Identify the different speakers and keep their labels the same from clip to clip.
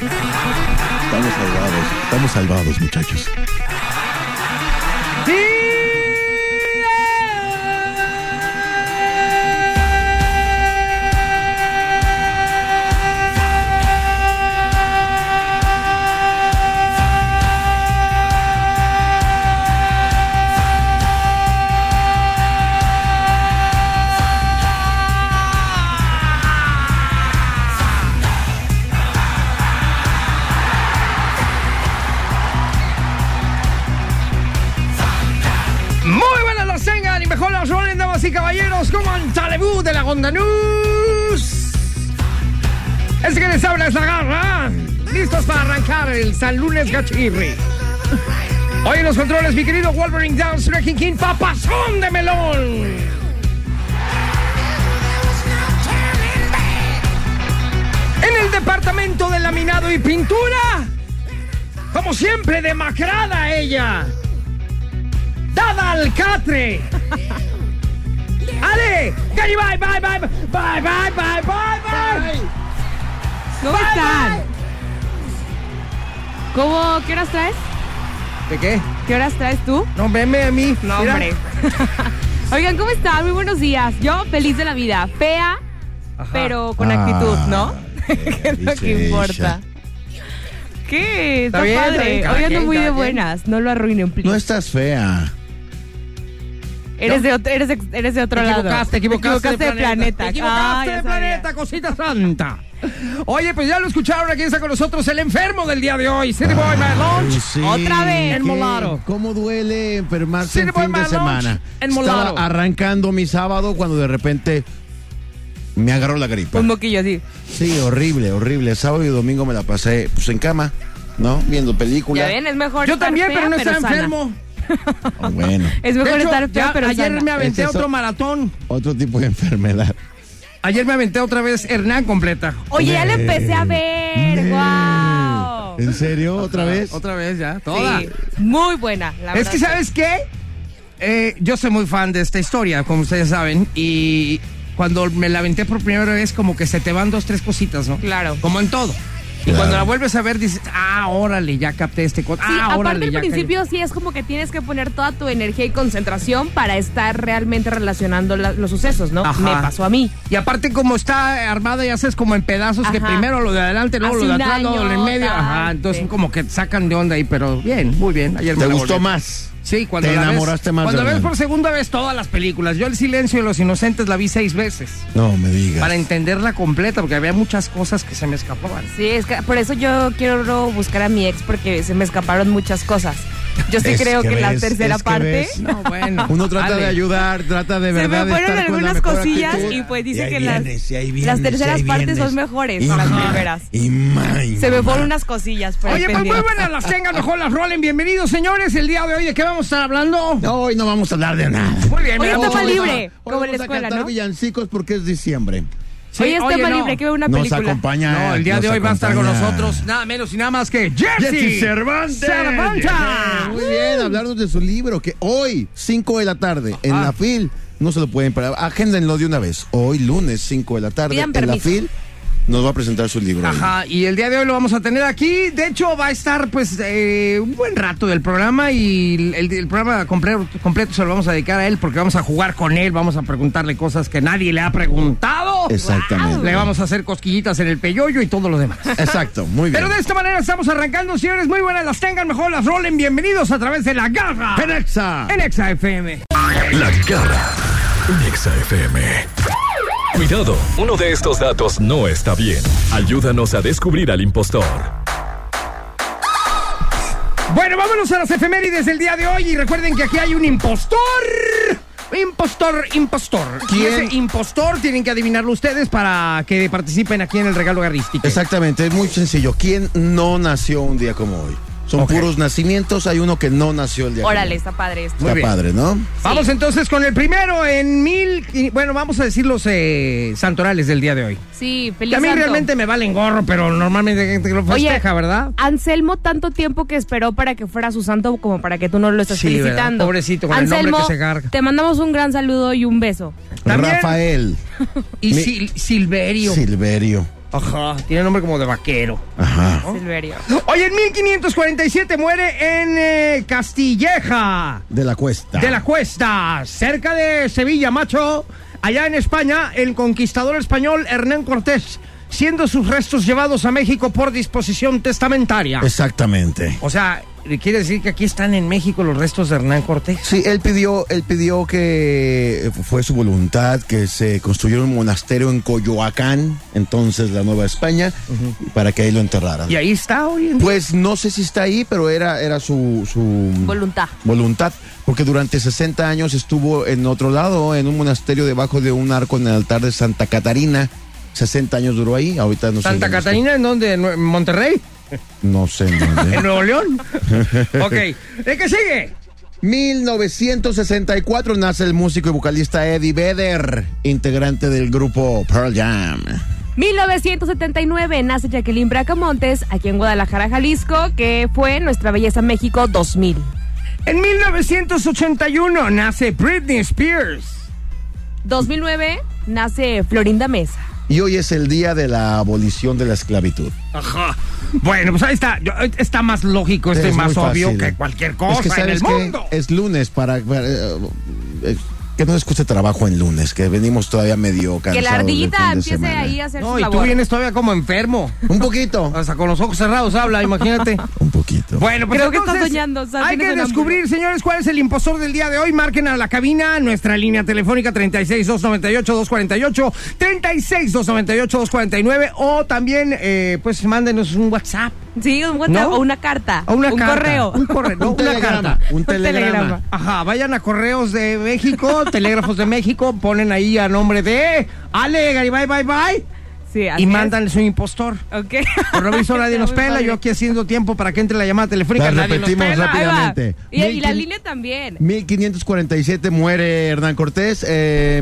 Speaker 1: Estamos salvados, estamos salvados, muchachos.
Speaker 2: ¡Sí! y caballeros, como Talebú de la Gonda News. Es que les habla esa garra. Listos para arrancar el San Lunes Gachirri. Hoy en los controles, mi querido Wolverine Downs, Wrecking King, papazón de melón. En el departamento de laminado y pintura, como siempre, demacrada ella. Dada al catre. Ale, Calle, bye, bye, bye, bye, bye, bye, bye, bye.
Speaker 3: ¿Cómo
Speaker 2: bye,
Speaker 3: están?
Speaker 2: bye.
Speaker 3: ¿Cómo? ¿Qué horas traes?
Speaker 2: ¿De qué?
Speaker 3: ¿Qué horas traes tú?
Speaker 2: No, venme a mí.
Speaker 3: No,
Speaker 2: mira.
Speaker 3: hombre. Oigan, ¿cómo están? Muy buenos días. Yo feliz de la vida. Fea,
Speaker 2: Ajá.
Speaker 3: pero con
Speaker 1: Ah,
Speaker 3: actitud, ¿no? ¿Qué es lo
Speaker 1: dice
Speaker 3: que
Speaker 1: ella.
Speaker 3: importa? ¿Qué? Está,
Speaker 2: Está bien, está
Speaker 3: padre.
Speaker 2: bien, cada
Speaker 3: Hoy ando
Speaker 2: quien,
Speaker 3: muy
Speaker 2: cada
Speaker 3: de
Speaker 2: quien.
Speaker 3: buenas. No lo arruinen, please.
Speaker 1: No estás fea.
Speaker 3: eres, de otro, eres, de- eres de otro
Speaker 2: Te
Speaker 3: lado.
Speaker 2: equivocaste, equivocaste,
Speaker 3: de planeta.
Speaker 2: Te equivocaste
Speaker 3: Ah,
Speaker 2: de
Speaker 3: ya sabía.
Speaker 2: planeta, cosita santa. Oye, pues ya lo escucharon, aquí está con nosotros el enfermo del día de hoy, City Boy My Lunch.
Speaker 1: Pues Sí,
Speaker 3: Otra vez.
Speaker 1: qué-
Speaker 2: Enmolado.
Speaker 1: ¿Cómo duele enfermarse
Speaker 2: Sí,
Speaker 1: en
Speaker 2: le voy
Speaker 1: fin de
Speaker 2: mal lunch.
Speaker 1: semana?
Speaker 2: Enmolado.
Speaker 1: Estaba arrancando mi sábado cuando de repente me agarró la gripa.
Speaker 3: Un moquillo así.
Speaker 1: Sí, horrible, horrible. Sábado y domingo me la pasé pues en cama, ¿no? Viendo películas.
Speaker 3: Ya ven, es mejor
Speaker 2: Yo
Speaker 3: estar
Speaker 2: también,
Speaker 3: fea,
Speaker 2: pero no estaba
Speaker 3: sana.
Speaker 2: enfermo.
Speaker 1: Oh, bueno,
Speaker 3: Es
Speaker 2: De
Speaker 3: mejor
Speaker 2: hecho,
Speaker 3: estar fea,
Speaker 2: ya
Speaker 3: pero
Speaker 2: ayer
Speaker 3: sana.
Speaker 2: me aventé
Speaker 1: Es eso.
Speaker 2: otro maratón.
Speaker 1: otro tipo de enfermedad.
Speaker 2: Ayer me aventé otra vez Hernán completa.
Speaker 3: Oye, ya la empecé a ver. ¡Guau!
Speaker 1: ¿En serio? ¿Otra vez?
Speaker 2: Otra vez ya, toda.
Speaker 3: Sí, muy buena. La
Speaker 2: Es que,
Speaker 3: verdad.
Speaker 2: ¿sabes qué? Eh, yo soy muy fan de esta historia, como ustedes saben, y cuando me la aventé por primera vez, como que se te van dos, tres cositas, ¿no?
Speaker 3: Claro.
Speaker 2: Como en todo. Y
Speaker 1: Claro.
Speaker 2: cuando la vuelves a ver, dices, ah, órale, ya capté este cosa.
Speaker 3: Sí,
Speaker 2: ah,
Speaker 3: aparte
Speaker 2: órale,
Speaker 3: al
Speaker 2: ya cayó".
Speaker 3: principio sí es como que tienes que poner toda tu energía y concentración para estar realmente relacionando la- los sucesos, ¿no?
Speaker 2: Ajá.
Speaker 3: Me pasó a mí.
Speaker 2: Y aparte, como está armada y haces como en pedazos, que
Speaker 3: Ajá.
Speaker 2: primero lo de adelante, luego
Speaker 3: Hace
Speaker 2: lo de
Speaker 3: un
Speaker 2: atrás, luego lo de en
Speaker 3: año,
Speaker 2: medio.
Speaker 3: tal,
Speaker 2: Ajá, entonces
Speaker 3: sí.
Speaker 2: como que te sacan de onda ahí, pero bien, muy bien. Ayer me
Speaker 1: ¿Te
Speaker 2: la
Speaker 1: gustó
Speaker 2: volví.
Speaker 1: más?
Speaker 2: Sí, cuando
Speaker 1: Te
Speaker 2: la ves-
Speaker 1: enamoraste más
Speaker 2: Cuando
Speaker 1: de
Speaker 2: ves
Speaker 1: Hernán.
Speaker 2: por segunda vez todas las películas. Yo El Silencio de los Inocentes la vi seis veces.
Speaker 1: No me digas.
Speaker 2: para entenderla completa, porque había muchas cosas que se me escapaban.
Speaker 3: Sí, es que por eso yo quiero buscar a mi ex porque se me escaparon muchas cosas. Yo sí
Speaker 1: Es
Speaker 3: creo que, la
Speaker 1: ves,
Speaker 3: tercera
Speaker 1: es que
Speaker 3: parte
Speaker 1: ves.
Speaker 2: No, bueno.
Speaker 1: Uno trata
Speaker 2: Ale.
Speaker 1: de ayudar, trata de
Speaker 3: se me
Speaker 1: verdad de
Speaker 3: fueron
Speaker 1: estar con la
Speaker 3: algunas
Speaker 1: mejor
Speaker 3: cosillas
Speaker 1: actitud.
Speaker 3: y pues
Speaker 1: Y
Speaker 3: dice
Speaker 1: ahí
Speaker 3: que
Speaker 1: vienes,
Speaker 3: las,
Speaker 1: y ahí vienes,
Speaker 3: las
Speaker 1: y
Speaker 3: terceras
Speaker 1: ahí
Speaker 3: partes
Speaker 1: vienes.
Speaker 3: son mejores,
Speaker 1: Y
Speaker 3: las
Speaker 1: ma-
Speaker 3: primeras.
Speaker 1: y ma- y
Speaker 3: Se me
Speaker 1: ma-
Speaker 3: fueron unas cosillas. por ahí
Speaker 2: Oye, pues muy
Speaker 3: pendientes.
Speaker 2: buenas las tengan, mejor las rolen. Bienvenidos, señores. El día de hoy, ¿de qué vamos a estar hablando?
Speaker 1: No, hoy no vamos a hablar de nada.
Speaker 2: Muy bien, me
Speaker 3: Oye,
Speaker 1: Hoy
Speaker 3: está
Speaker 2: gusta.
Speaker 3: pa'
Speaker 1: vamos
Speaker 3: libre,
Speaker 1: a- hoy
Speaker 3: como en la
Speaker 1: vamos a
Speaker 3: escuela,
Speaker 1: cantar
Speaker 3: ¿no?
Speaker 1: villancicos porque es diciembre.
Speaker 2: Sí,
Speaker 3: Oye, es tema
Speaker 2: no.
Speaker 3: libre, que veo una
Speaker 1: Nos
Speaker 3: película.
Speaker 1: acompaña.
Speaker 2: No, el día de
Speaker 1: nos
Speaker 2: hoy va a estar con
Speaker 1: acompaña
Speaker 2: nosotros nada menos y nada más que Jesse,
Speaker 1: Jesse Cervantes.
Speaker 2: Cervantes.
Speaker 1: Bien, Muy bien, hablarnos de su libro que hoy, 5 de la tarde, en
Speaker 2: Ajá.
Speaker 1: la FIL, no se lo pueden parar. Agéndenlo de una vez. Hoy, lunes, 5 de la tarde,
Speaker 3: Pidan
Speaker 1: en la
Speaker 3: permiso.
Speaker 1: FIL, nos va a presentar su libro.
Speaker 2: Ajá, y el día de hoy lo vamos a tener aquí. De hecho, va a estar pues eh, un buen rato del programa y el, el programa comple- completo se lo vamos a dedicar a él porque vamos a jugar con él, vamos a preguntarle cosas que nadie le ha preguntado.
Speaker 1: Exactamente.
Speaker 2: Le vamos a hacer cosquillitas en el peyoyo y todo lo demás.
Speaker 1: Exacto, muy bien.
Speaker 2: Pero de esta manera estamos arrancando, señores. Muy buenas las tengan, mejor las rolen. Bienvenidos a través de la garra
Speaker 1: En Exa.
Speaker 2: en Exa FM.
Speaker 4: La Garra en Nexa FM. Cuidado, uno de estos datos no está bien. Ayúdanos a descubrir al impostor.
Speaker 2: Bueno, vámonos a las efemérides del día de hoy y recuerden que aquí hay un impostor. Impostor, impostor.
Speaker 1: ¿Quién?
Speaker 2: Y ese impostor tienen que adivinarlo ustedes para que participen aquí en el regalo garrístico.
Speaker 1: Exactamente, es muy sencillo. ¿Quién no nació un día como hoy? Son
Speaker 2: Ok.
Speaker 1: puros nacimientos, hay uno que no nació el día
Speaker 3: Órale,
Speaker 1: como
Speaker 3: está padre esto.
Speaker 1: hoy.
Speaker 2: Muy
Speaker 1: Está padre,
Speaker 2: bien.
Speaker 1: ¿no?
Speaker 2: Vamos entonces con el primero en mil. quin- Bueno, vamos a decir los eh, santorales del día de hoy.
Speaker 3: Sí,
Speaker 2: Que
Speaker 3: feliz
Speaker 2: a mí
Speaker 3: santo.
Speaker 2: realmente me valen gorro, pero normalmente hay gente que lo
Speaker 3: Oye,
Speaker 2: festeja, ¿verdad?
Speaker 3: Anselmo tanto tiempo que esperó para que fuera su santo como para que tú no lo estés
Speaker 2: Sí, ¿verdad?
Speaker 3: felicitando.
Speaker 2: Pobrecito, con el
Speaker 3: Anselmo,
Speaker 2: nombre que se carga.
Speaker 3: Te mandamos un gran saludo y un beso.
Speaker 2: También-
Speaker 1: Rafael
Speaker 2: Y
Speaker 1: mi-
Speaker 2: Sil- Silverio.
Speaker 1: Silverio.
Speaker 2: Ajá, tiene nombre como de vaquero.
Speaker 1: Ajá.
Speaker 3: Silverio.
Speaker 2: Oye, en 1547 muere en eh, Castilleja
Speaker 1: De la cuesta.
Speaker 2: de la Cuesta, cerca de Sevilla, macho. Allá en España, el conquistador español Hernán Cortés, siendo sus restos llevados a México por disposición testamentaria.
Speaker 1: Exactamente.
Speaker 2: O sea, quiere decir que aquí están en México los restos de Hernán Cortés.
Speaker 1: Sí, él pidió, él pidió que eh, fue su voluntad que se construyera un monasterio en Coyoacán, entonces la Nueva España, para que ahí lo enterraran.
Speaker 2: Y ahí está hoy en día.
Speaker 1: Pues no sé si está ahí, pero era, era su, su
Speaker 3: Voluntad.
Speaker 1: voluntad, porque durante 60 años estuvo en otro lado, en un monasterio debajo de un arco en el altar de Santa Catarina. 60 años duró ahí, ahorita no sé dónde
Speaker 2: Santa
Speaker 1: está.
Speaker 2: Catarina, ¿en dónde? ¿En Nue- en Monterrey?
Speaker 1: No sé en
Speaker 2: ¿En
Speaker 1: dónde.
Speaker 2: Nuevo León? Ok. ¿De qué sigue?
Speaker 1: 1964 nace el músico y vocalista Eddie Vedder, integrante del grupo Pearl Jam.
Speaker 3: 1979 nace Jacqueline Bracamontes aquí en Guadalajara, Jalisco, que fue Nuestra Belleza México 2000.
Speaker 2: En 1981 nace Britney Spears.
Speaker 3: 2009 nace Florinda Mesa.
Speaker 1: Y hoy es el día de la abolición de la esclavitud.
Speaker 2: Ajá. Bueno, pues ahí está. Yo- Está más lógico, este
Speaker 1: Es
Speaker 2: más
Speaker 1: muy
Speaker 2: obvio
Speaker 1: fácil.
Speaker 2: que cualquier
Speaker 1: Es
Speaker 2: cosa
Speaker 1: que
Speaker 2: en
Speaker 1: sabes
Speaker 2: el
Speaker 1: que
Speaker 2: mundo.
Speaker 1: es lunes para... para, eh, eh, que no les cueste trabajo en lunes, que venimos todavía medio cansados.
Speaker 3: Que
Speaker 1: del
Speaker 3: la
Speaker 1: fin
Speaker 3: ardillita
Speaker 1: de
Speaker 3: empiece
Speaker 1: semana.
Speaker 3: ahí a hacer
Speaker 2: No,
Speaker 3: su
Speaker 2: y
Speaker 3: labor.
Speaker 2: tú vienes todavía como enfermo.
Speaker 1: Un poquito.
Speaker 2: Hasta con los ojos cerrados habla, imagínate.
Speaker 1: Un poquito.
Speaker 2: Bueno, pues
Speaker 3: Creo que
Speaker 2: entonces,
Speaker 3: estás soñando, o sea,
Speaker 2: Hay que
Speaker 3: tienes
Speaker 2: descubrir, señores, cuál es el impostor del día de hoy. Marquen a la cabina, nuestra línea telefónica 36298-248, 36298-249 o también, eh, pues, mándenos un WhatsApp
Speaker 3: Sí, un WhatsApp
Speaker 2: ¿No?
Speaker 3: o una carta.
Speaker 2: o una
Speaker 3: un
Speaker 2: carta.
Speaker 3: correo.
Speaker 2: Un correo, no,
Speaker 1: Un
Speaker 2: una
Speaker 1: telegrama,
Speaker 2: carta.
Speaker 1: un telegrama.
Speaker 2: Ajá, vayan a Correos de México, Telégrafos de México, ponen ahí a nombre de Ale, Garibay, bye, bye,
Speaker 3: Sí, así
Speaker 2: y
Speaker 3: es.
Speaker 2: mandan su impostor.
Speaker 3: Ok.
Speaker 2: Por lo visto nadie nos
Speaker 3: Está muy
Speaker 2: pela, yo
Speaker 3: padre.
Speaker 2: aquí haciendo tiempo para que entre la llamada telefónica.
Speaker 1: La
Speaker 2: nadie nos
Speaker 1: repetimos
Speaker 2: pela.
Speaker 3: Ahí va.
Speaker 1: rápidamente.
Speaker 3: Y, y la
Speaker 1: 1500
Speaker 3: línea también.
Speaker 1: 1547 muere Hernán Cortés, eh,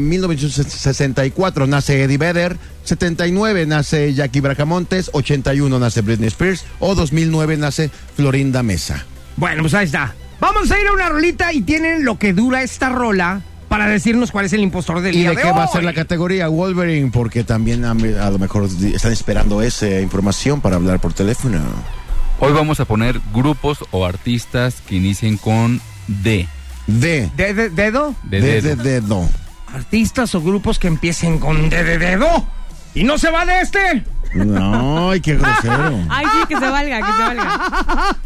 Speaker 1: 1964 nace Eddie Vedder, 79 nace Jackie Bracamontes, 81 nace Britney Spears o 2009 nace Florinda Mesa.
Speaker 2: Bueno, pues ahí está. Vamos a ir a una rolita y tienen lo que dura esta rola para decirnos cuál es el impostor del
Speaker 1: ¿Y
Speaker 2: día
Speaker 1: de
Speaker 2: de
Speaker 1: qué va a
Speaker 2: hoy.
Speaker 1: ser la categoría Wolverine? Porque también a, a lo mejor di- están esperando esa información para hablar por teléfono.
Speaker 5: Hoy vamos a poner grupos o artistas que inicien con D.
Speaker 1: D.
Speaker 2: ¿De, de- dedo?
Speaker 5: De
Speaker 1: D de
Speaker 5: dedo.
Speaker 1: dedo.
Speaker 2: Artistas o grupos que empiecen con de, de dedo. Y no se vale este.
Speaker 1: No, ay, qué grosero.
Speaker 3: Ay, sí, que se valga, que se valga.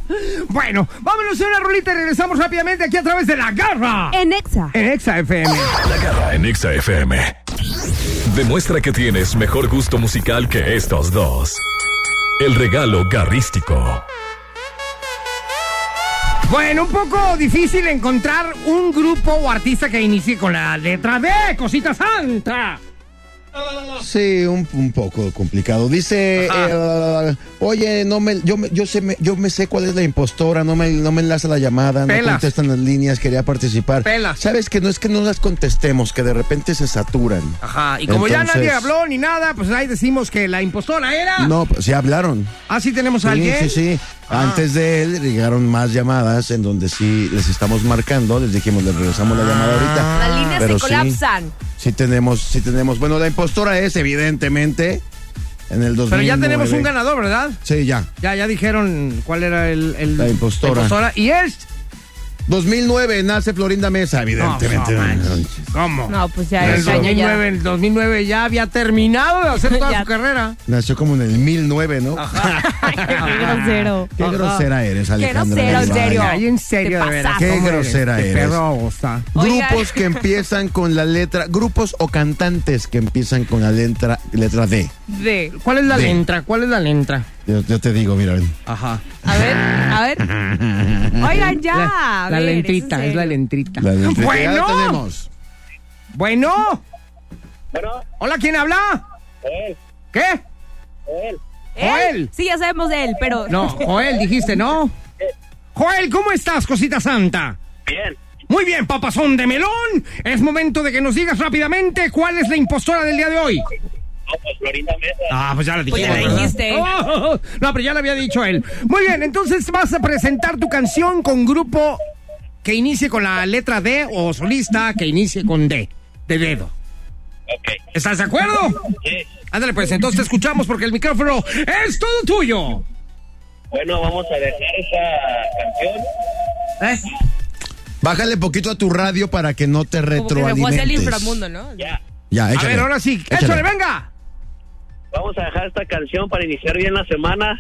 Speaker 2: Bueno, vámonos a una rolita y regresamos rápidamente aquí a través de la garra.
Speaker 3: En Exa.
Speaker 2: En Exa FM.
Speaker 4: En Exa FM. Demuestra que tienes mejor gusto musical que estos dos. El regalo garrístico.
Speaker 2: Bueno, un poco difícil encontrar un grupo o artista que inicie con la letra D, cosita santa.
Speaker 1: Sí, un, un poco complicado. Dice, eh, oye, no me, yo, me- yo, sé, me- yo me sé cuál es la impostora, no me, no me enlaza la llamada, no
Speaker 2: Pelas.
Speaker 1: contestan las líneas, quería participar.
Speaker 2: Pelas.
Speaker 1: Sabes que no es que no las contestemos, que de repente se saturan.
Speaker 2: Ajá, y como ya nadie
Speaker 1: Entonces-
Speaker 2: habló ni nada, pues ahí decimos que la impostora era.
Speaker 1: No, pues, sí hablaron.
Speaker 2: Ah, sí tenemos
Speaker 1: Sí,
Speaker 2: a alguien. Ah.
Speaker 1: sí, sí. Antes de él llegaron más llamadas en donde sí les estamos marcando, les dijimos, les regresamos la llamada ahorita.
Speaker 2: Ah.
Speaker 3: Las líneas
Speaker 1: Pero
Speaker 3: se
Speaker 1: sí.
Speaker 3: colapsan.
Speaker 1: Sí tenemos, sí tenemos. Bueno, la impostora es evidentemente en el 2000.
Speaker 2: Pero ya tenemos un ganador, ¿verdad?
Speaker 1: Sí, ya.
Speaker 2: Ya, ya dijeron cuál era el, el-
Speaker 1: La impostora.
Speaker 2: Y es
Speaker 1: 2009 nace Florinda Mesa, evidentemente.
Speaker 2: No, no manches. ¿Cómo?
Speaker 3: No, pues ya,
Speaker 2: En el
Speaker 3: ya, ya, ya.
Speaker 2: 2009, en 2009 ya había terminado de hacer toda
Speaker 3: Ya.
Speaker 2: su carrera.
Speaker 1: Nació como en el 1009, ¿no? Ah,
Speaker 3: Ay, qué Ah, grosero.
Speaker 1: Qué
Speaker 2: Ajá.
Speaker 1: grosera eres, Alejandra.
Speaker 3: grosero, en
Speaker 1: Guzmán.
Speaker 3: serio.
Speaker 2: Ay, en serio,
Speaker 3: Te
Speaker 2: de veras.
Speaker 3: pasaste.
Speaker 1: Qué
Speaker 2: ¿cómo eres?
Speaker 1: grosera
Speaker 2: Qué
Speaker 1: eres.
Speaker 2: perro, o sea.
Speaker 3: Oigan.
Speaker 1: Grupos que empiezan con la letra, grupos o cantantes que empiezan con la letra, letra D.
Speaker 3: De.
Speaker 2: ¿Cuál es la
Speaker 1: Sí.
Speaker 2: lentra? ¿Cuál es la lentra?
Speaker 1: Yo, yo te digo, mira. ven.
Speaker 2: Ajá.
Speaker 3: A ver, a ver. Oigan, ya.
Speaker 2: La,
Speaker 3: Ah, a
Speaker 2: la
Speaker 3: ver, es en
Speaker 2: lentrita, es la
Speaker 3: serio.
Speaker 2: lentrita.
Speaker 1: La letra que ya
Speaker 2: bueno,
Speaker 1: tenemos.
Speaker 2: bueno.
Speaker 6: Bueno,
Speaker 2: Hola, ¿quién habla?
Speaker 6: él,
Speaker 2: ¿Qué?
Speaker 6: él,
Speaker 3: ¿Él?
Speaker 2: Joel.
Speaker 3: Sí, ya sabemos de él, pero.
Speaker 2: No, Joel, dijiste, ¿no? Joel, ¿cómo estás, cosita santa?
Speaker 6: Eh. bien,
Speaker 2: Muy bien, papazón de melón. Es momento de que nos digas rápidamente cuál es la impostora del día de hoy.
Speaker 6: ah, pues Florinda Mesa,
Speaker 2: Ah, pues ya la dijiste.
Speaker 3: ya la dijiste.
Speaker 2: no, pero ya la había dicho él. Muy bien, entonces vas a presentar tu canción con grupo que inicie con la letra D o solista que inicie con D, de dedo.
Speaker 6: ok,
Speaker 2: ¿Estás de acuerdo?
Speaker 6: sí,
Speaker 2: Ándale, pues entonces te escuchamos porque el micrófono es todo tuyo.
Speaker 6: bueno, vamos a dejar esa canción,
Speaker 2: ¿Eh?
Speaker 1: Bájale poquito a tu radio para que no te
Speaker 3: Como que se fue hacia el inframundo,
Speaker 1: retroalimentes.
Speaker 3: ¿no?
Speaker 6: ya,
Speaker 1: Ya,
Speaker 2: A
Speaker 1: échale.
Speaker 2: ver, ahora sí,
Speaker 1: Échale.
Speaker 2: échale, venga.
Speaker 6: vamos a dejar esta canción para iniciar bien la semana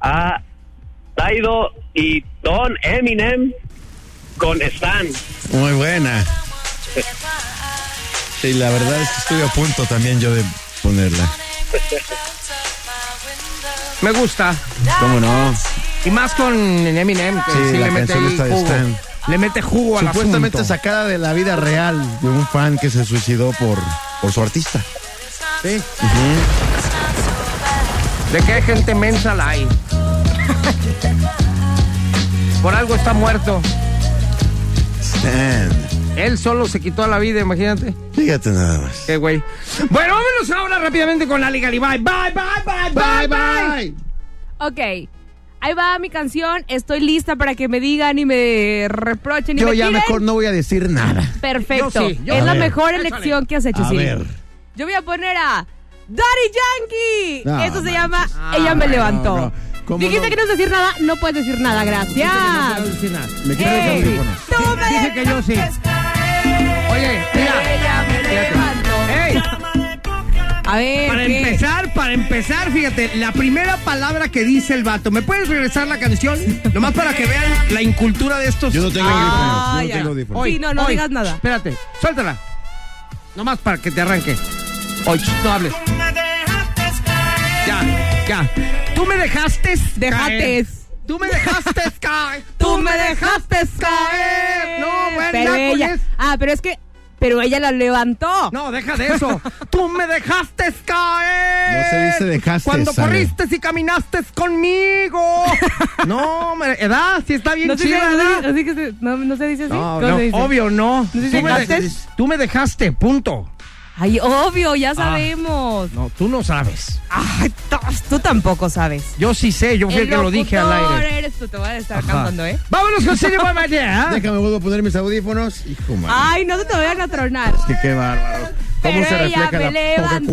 Speaker 6: a Daido y Don Eminem con Stan.
Speaker 1: Muy buena. Sí, la verdad es que estoy a punto también yo de ponerla.
Speaker 2: Me gusta.
Speaker 1: ¿Cómo no?
Speaker 2: Y más con Eminem, que
Speaker 1: Sí,
Speaker 2: sí
Speaker 1: la
Speaker 2: le mete
Speaker 1: canción
Speaker 2: ahí
Speaker 1: está de
Speaker 2: jugo.
Speaker 1: Stan.
Speaker 2: Le mete jugo al
Speaker 1: Supuestamente
Speaker 2: asunto.
Speaker 1: sacada de la vida real de un fan que se suicidó por, por su artista.
Speaker 2: Sí. ¿De qué gente mensa la hay? Por algo está muerto.
Speaker 1: Stan.
Speaker 2: Él solo se quitó la vida, imagínate.
Speaker 1: Fíjate nada más.
Speaker 2: Qué güey. Bueno, vámonos ahora rápidamente con la Liga Levi. Bye, bye, bye, bye, bye.
Speaker 3: Ok. Ahí va mi canción. Estoy lista para que me digan y me reprochen y
Speaker 1: Yo
Speaker 3: me
Speaker 1: ya
Speaker 3: tiren.
Speaker 1: mejor no voy a decir nada.
Speaker 3: Perfecto.
Speaker 2: Yo sí, yo
Speaker 3: es
Speaker 1: sí.
Speaker 3: la
Speaker 1: A ver.
Speaker 3: mejor elección que has hecho,
Speaker 1: A
Speaker 3: Siri.
Speaker 1: ver.
Speaker 3: Yo voy a poner a Daddy Yankee.
Speaker 1: No,
Speaker 3: Esto se
Speaker 1: manches.
Speaker 3: llama Ella me levantó.
Speaker 1: no. ¿Cómo
Speaker 3: Dijiste
Speaker 1: no?
Speaker 3: que no ibas a decir nada, no puedes decir nada,
Speaker 2: Ah.
Speaker 3: gracias.
Speaker 1: Me quito
Speaker 3: Ey,
Speaker 1: los audífonos.
Speaker 3: tú me
Speaker 2: Dije que yo sí.
Speaker 3: levantaste,
Speaker 2: Oye, mira.
Speaker 3: Ella me levantó.
Speaker 2: Ey,
Speaker 3: A ver,
Speaker 2: para
Speaker 3: ¿qué?
Speaker 2: empezar, para empezar, fíjate, la primera palabra que dice el vato. ¿Me puedes regresar la canción? Nomás para que vean la incultura de estos. Ah.
Speaker 1: Yo no tengo audífonos.
Speaker 3: Ay,
Speaker 1: Yo no
Speaker 3: ay.
Speaker 1: tengo audífonos.
Speaker 3: Ah, Sí, no, no digas nada.
Speaker 2: Espérate, suéltala. Nomás para que te arranque. Hoy, no hables. Ya, ya. Tú me dejaste.
Speaker 3: Dejates.
Speaker 2: caer. Tú me dejaste caer.
Speaker 3: Tú me dejaste caer.
Speaker 2: No, bueno,
Speaker 3: pero
Speaker 2: ya con
Speaker 3: ella.
Speaker 2: eso.
Speaker 3: Ah, pero es que. Pero ella la levantó.
Speaker 2: No, deja de eso. Tú me dejaste caer.
Speaker 1: No se dice dejaste,
Speaker 2: Cuando
Speaker 1: sale.
Speaker 2: corriste y caminaste conmigo. No, me, edad, si está bien
Speaker 3: No se dice
Speaker 2: chida,
Speaker 3: no
Speaker 2: edad.
Speaker 3: se- así que se- no- no se dice así.
Speaker 2: No,
Speaker 3: ¿Cómo
Speaker 2: no,
Speaker 3: se dice?
Speaker 2: obvio no.
Speaker 3: ¿No
Speaker 2: tú,
Speaker 3: se
Speaker 2: me
Speaker 3: dejaste?
Speaker 2: dejaste, tú me dejaste, punto.
Speaker 3: Ay, obvio,
Speaker 1: Ah.
Speaker 3: ya sabemos.
Speaker 2: No, tú no sabes.
Speaker 3: Ay, tos, tú tampoco sabes.
Speaker 2: Yo sí sé, yo fui el que lo dije al
Speaker 3: locutor
Speaker 2: aire.
Speaker 3: eres tú, te voy a estar
Speaker 2: Ajá.
Speaker 3: cantando, ¿eh?
Speaker 2: Vámonos con Serio Mamá
Speaker 1: Déjame vuelvo a poner mis audífonos. Hijo man.
Speaker 3: Ah. Ay, no se te vayan a tronar.
Speaker 1: Que qué bárbaro. ¿Cómo
Speaker 3: Pero
Speaker 1: se
Speaker 3: ella
Speaker 1: refleja
Speaker 3: me
Speaker 1: la poca
Speaker 3: levantó.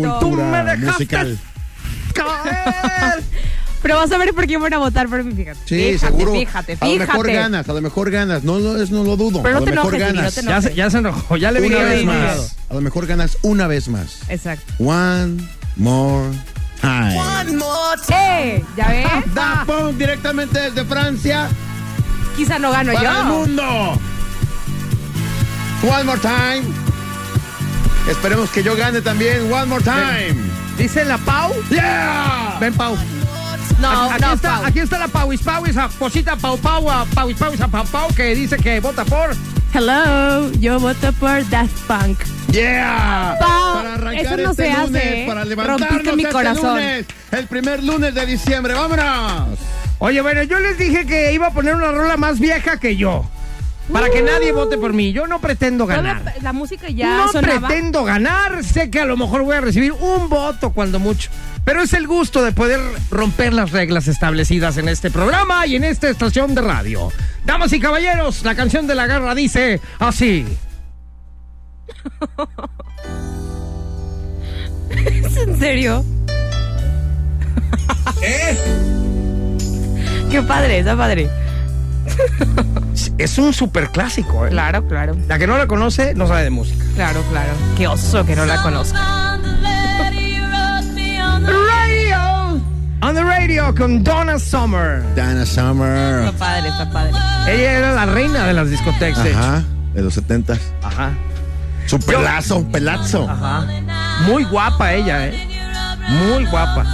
Speaker 2: Tú me
Speaker 1: cultura
Speaker 2: dejaste.
Speaker 1: musical?
Speaker 3: Pero vas a ver por quién van a votar por mí, fíjate.
Speaker 1: Sí,
Speaker 3: fíjate,
Speaker 1: seguro.
Speaker 3: Fíjate,
Speaker 1: A lo mejor
Speaker 3: fíjate.
Speaker 1: ganas, a lo mejor ganas. No, no, eso no lo dudo.
Speaker 3: Pero no
Speaker 1: a lo
Speaker 3: te
Speaker 1: mejor
Speaker 3: enojes, Emilio,
Speaker 1: ganas.
Speaker 3: te enojes.
Speaker 2: Ya, se, ya se enojó, ya le vi
Speaker 1: una
Speaker 2: que
Speaker 1: vez
Speaker 2: había
Speaker 1: más.
Speaker 2: enojado.
Speaker 1: A lo mejor ganas una vez más.
Speaker 3: Exacto.
Speaker 1: One more time.
Speaker 3: ¡Eh! ¿Ya ves?
Speaker 1: Ah, Da Punk directamente desde Francia
Speaker 3: Quizá no gano
Speaker 1: para el
Speaker 3: yo.
Speaker 1: mundo. One more time. Esperemos que yo gane también. One more time.
Speaker 2: Dice la Pau.
Speaker 1: Yeah.
Speaker 2: Ven, Pau.
Speaker 3: No,
Speaker 2: aquí,
Speaker 3: no,
Speaker 2: está,
Speaker 3: Pau.
Speaker 2: aquí está la Pauis Pauis, a Cosita Pau Pau, a Pauis Pauis, a Pau Pau, que dice que vota por.
Speaker 3: Hello, yo voto por Daft Punk.
Speaker 1: Yeah.
Speaker 3: Pau,
Speaker 1: para arrancar
Speaker 3: eso no
Speaker 1: este
Speaker 3: se hace,
Speaker 1: lunes,
Speaker 3: ¿eh?
Speaker 1: para
Speaker 3: Rompiste
Speaker 1: levantarnos
Speaker 3: mi
Speaker 1: este
Speaker 3: corazón.
Speaker 1: lunes, el primer lunes de diciembre. Vámonos.
Speaker 2: Oye, bueno, yo les dije que iba a poner una rola más vieja que yo. Para que nadie vote por mí. Yo no pretendo
Speaker 3: No
Speaker 2: ganar.
Speaker 3: me- la música ya
Speaker 2: no
Speaker 3: sonaba.
Speaker 2: pretendo ganar, sé que a lo mejor voy a recibir un voto cuando mucho, pero es el gusto de poder romper las reglas establecidas en este programa y en esta estación de radio. Damas y caballeros, la canción de la garra dice así.
Speaker 3: ¿Es en serio?
Speaker 2: ¿Eh?
Speaker 3: ¿Qué? Qué padre, está padre.
Speaker 2: Es un superclásico, ¿eh?
Speaker 3: Claro, claro,
Speaker 2: La que no la conoce no sabe de música.
Speaker 3: claro, claro. Qué oso que no la conozco.
Speaker 2: Radio. On the radio con Donna Summer.
Speaker 1: Dana Summer.
Speaker 3: Está padre, está padre.
Speaker 2: Ella era la reina de las discotecas. de hecho.
Speaker 1: Ajá. De los 70.
Speaker 2: Ajá.
Speaker 1: Su pelazo, pelazo.
Speaker 2: Ajá. Ah, Muy guapa ella, ¿eh? Muy guapa.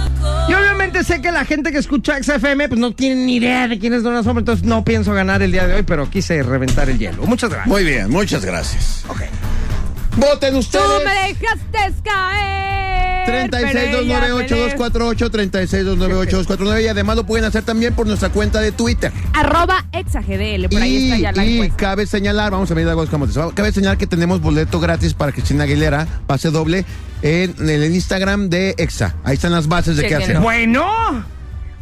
Speaker 2: Y obviamente sé que la gente que escucha XFM pues no tiene ni idea de quién es Donna Summer, entonces no pienso ganar el día de hoy, pero quise reventar el hielo. Muchas gracias.
Speaker 1: Muy bien, muchas gracias.
Speaker 2: Ok.
Speaker 1: Voten
Speaker 3: Tú
Speaker 1: ustedes.
Speaker 3: me dejaste caer. pero ella me
Speaker 1: 36298248, 36298249 y además lo pueden hacer también por nuestra cuenta de Twitter.
Speaker 3: dejó. Arroba exagdl, por ahí
Speaker 1: Y,
Speaker 3: está ya la
Speaker 1: y
Speaker 3: encuesta.
Speaker 1: cabe señalar, vamos a ver algo como te- cabe señalar que tenemos boleto gratis para Cristina Aguilera, pase doble en, el Instagram de Exa. Ahí están las bases de qué hacer.
Speaker 3: Chequenlo.
Speaker 2: Bueno,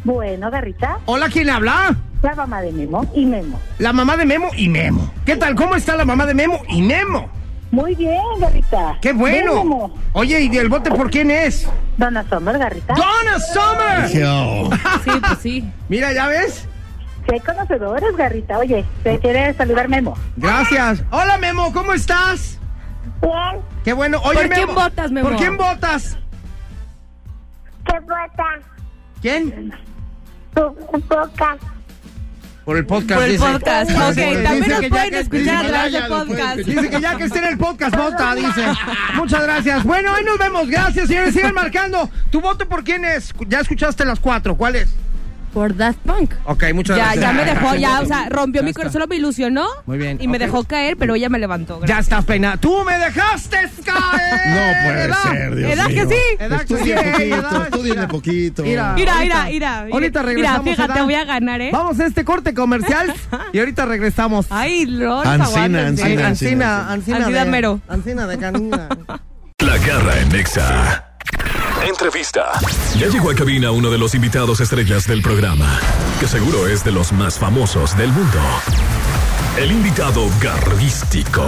Speaker 7: Bueno, Garrita,
Speaker 2: hola, ¿quién habla?
Speaker 7: la mamá de Memo y Memo.
Speaker 2: La mamá de Memo y Memo. ¿Qué tal? ¿Cómo está la mamá de Memo y Memo?
Speaker 7: Muy bien, Garrita.
Speaker 2: ¡Qué
Speaker 7: Ven,
Speaker 2: bueno!
Speaker 7: Memo.
Speaker 2: Oye, ¿y del bote por quién es?
Speaker 7: Dona Sommer, Garrita.
Speaker 2: ¡Donna Summer!
Speaker 1: Dije, oh.
Speaker 3: Sí, pues sí.
Speaker 2: Mira, ¿ya ves?
Speaker 7: Qué conocedores, Garrita. Oye, ¿te quiere saludar Memo?
Speaker 2: Gracias. Hola, Memo, ¿cómo estás?
Speaker 8: Bien,
Speaker 2: Qué bueno. Oye,
Speaker 3: ¿Por quién
Speaker 2: Memo,
Speaker 3: votas, Memo?
Speaker 2: ¿Por quién votas?
Speaker 8: ¿qué bota?
Speaker 2: ¿Quién?
Speaker 8: Tu boca.
Speaker 2: Por el podcast.
Speaker 3: Por el
Speaker 2: dice.
Speaker 3: podcast.
Speaker 2: Ah,
Speaker 3: Ok,
Speaker 2: sí, dice
Speaker 3: también nos
Speaker 2: que ya
Speaker 3: pueden
Speaker 2: que-
Speaker 3: escuchar
Speaker 2: dice
Speaker 3: a
Speaker 2: que
Speaker 3: través
Speaker 2: ya-
Speaker 3: de
Speaker 1: lo pueden
Speaker 3: podcast.
Speaker 2: Dice que ya que esté en el podcast, vota, dice. Muchas gracias. Bueno, ahí nos vemos. Gracias, señores. Sigan marcando. ¿Tu voto por quién es? Ya escuchaste las cuatro. ¿Cuál es?
Speaker 3: Por Daft Punk.
Speaker 2: Ok, muchas
Speaker 3: Ya,
Speaker 2: gracias.
Speaker 3: ya me dejó, ya, o sea, rompió mi corazón, me ilusionó.
Speaker 2: Muy bien,
Speaker 3: Y me
Speaker 2: ok.
Speaker 3: dejó caer, pero ella me levantó.
Speaker 2: Ya estás peinada. ¡Tú me dejaste
Speaker 1: No puede
Speaker 2: caer!
Speaker 1: ser, Dios
Speaker 3: ¿Edad
Speaker 1: mío.
Speaker 3: que sí?
Speaker 2: Edad que sí,
Speaker 1: Estudien poquito,
Speaker 2: edad.
Speaker 1: estudien poquito.
Speaker 2: Mira.
Speaker 3: Mira,
Speaker 2: Ahorita-
Speaker 3: mira, mira.
Speaker 2: ahorita regresamos,
Speaker 3: Mira, fíjate,
Speaker 2: Edad.
Speaker 3: voy a ganar, ¿eh?
Speaker 2: Vamos a este corte comercial y ahorita regresamos.
Speaker 3: Ay, Lord,
Speaker 1: Ancina,
Speaker 3: aguántense.
Speaker 1: ancina.
Speaker 2: Ancina, Ancina.
Speaker 3: Ah, Ancina
Speaker 2: de-
Speaker 3: mero.
Speaker 2: Ancina de canina.
Speaker 4: La garra en Nexa. Entrevista. Ya llegó a cabina uno de los invitados estrellas del programa, que seguro es de los más famosos del mundo. El invitado garrístico.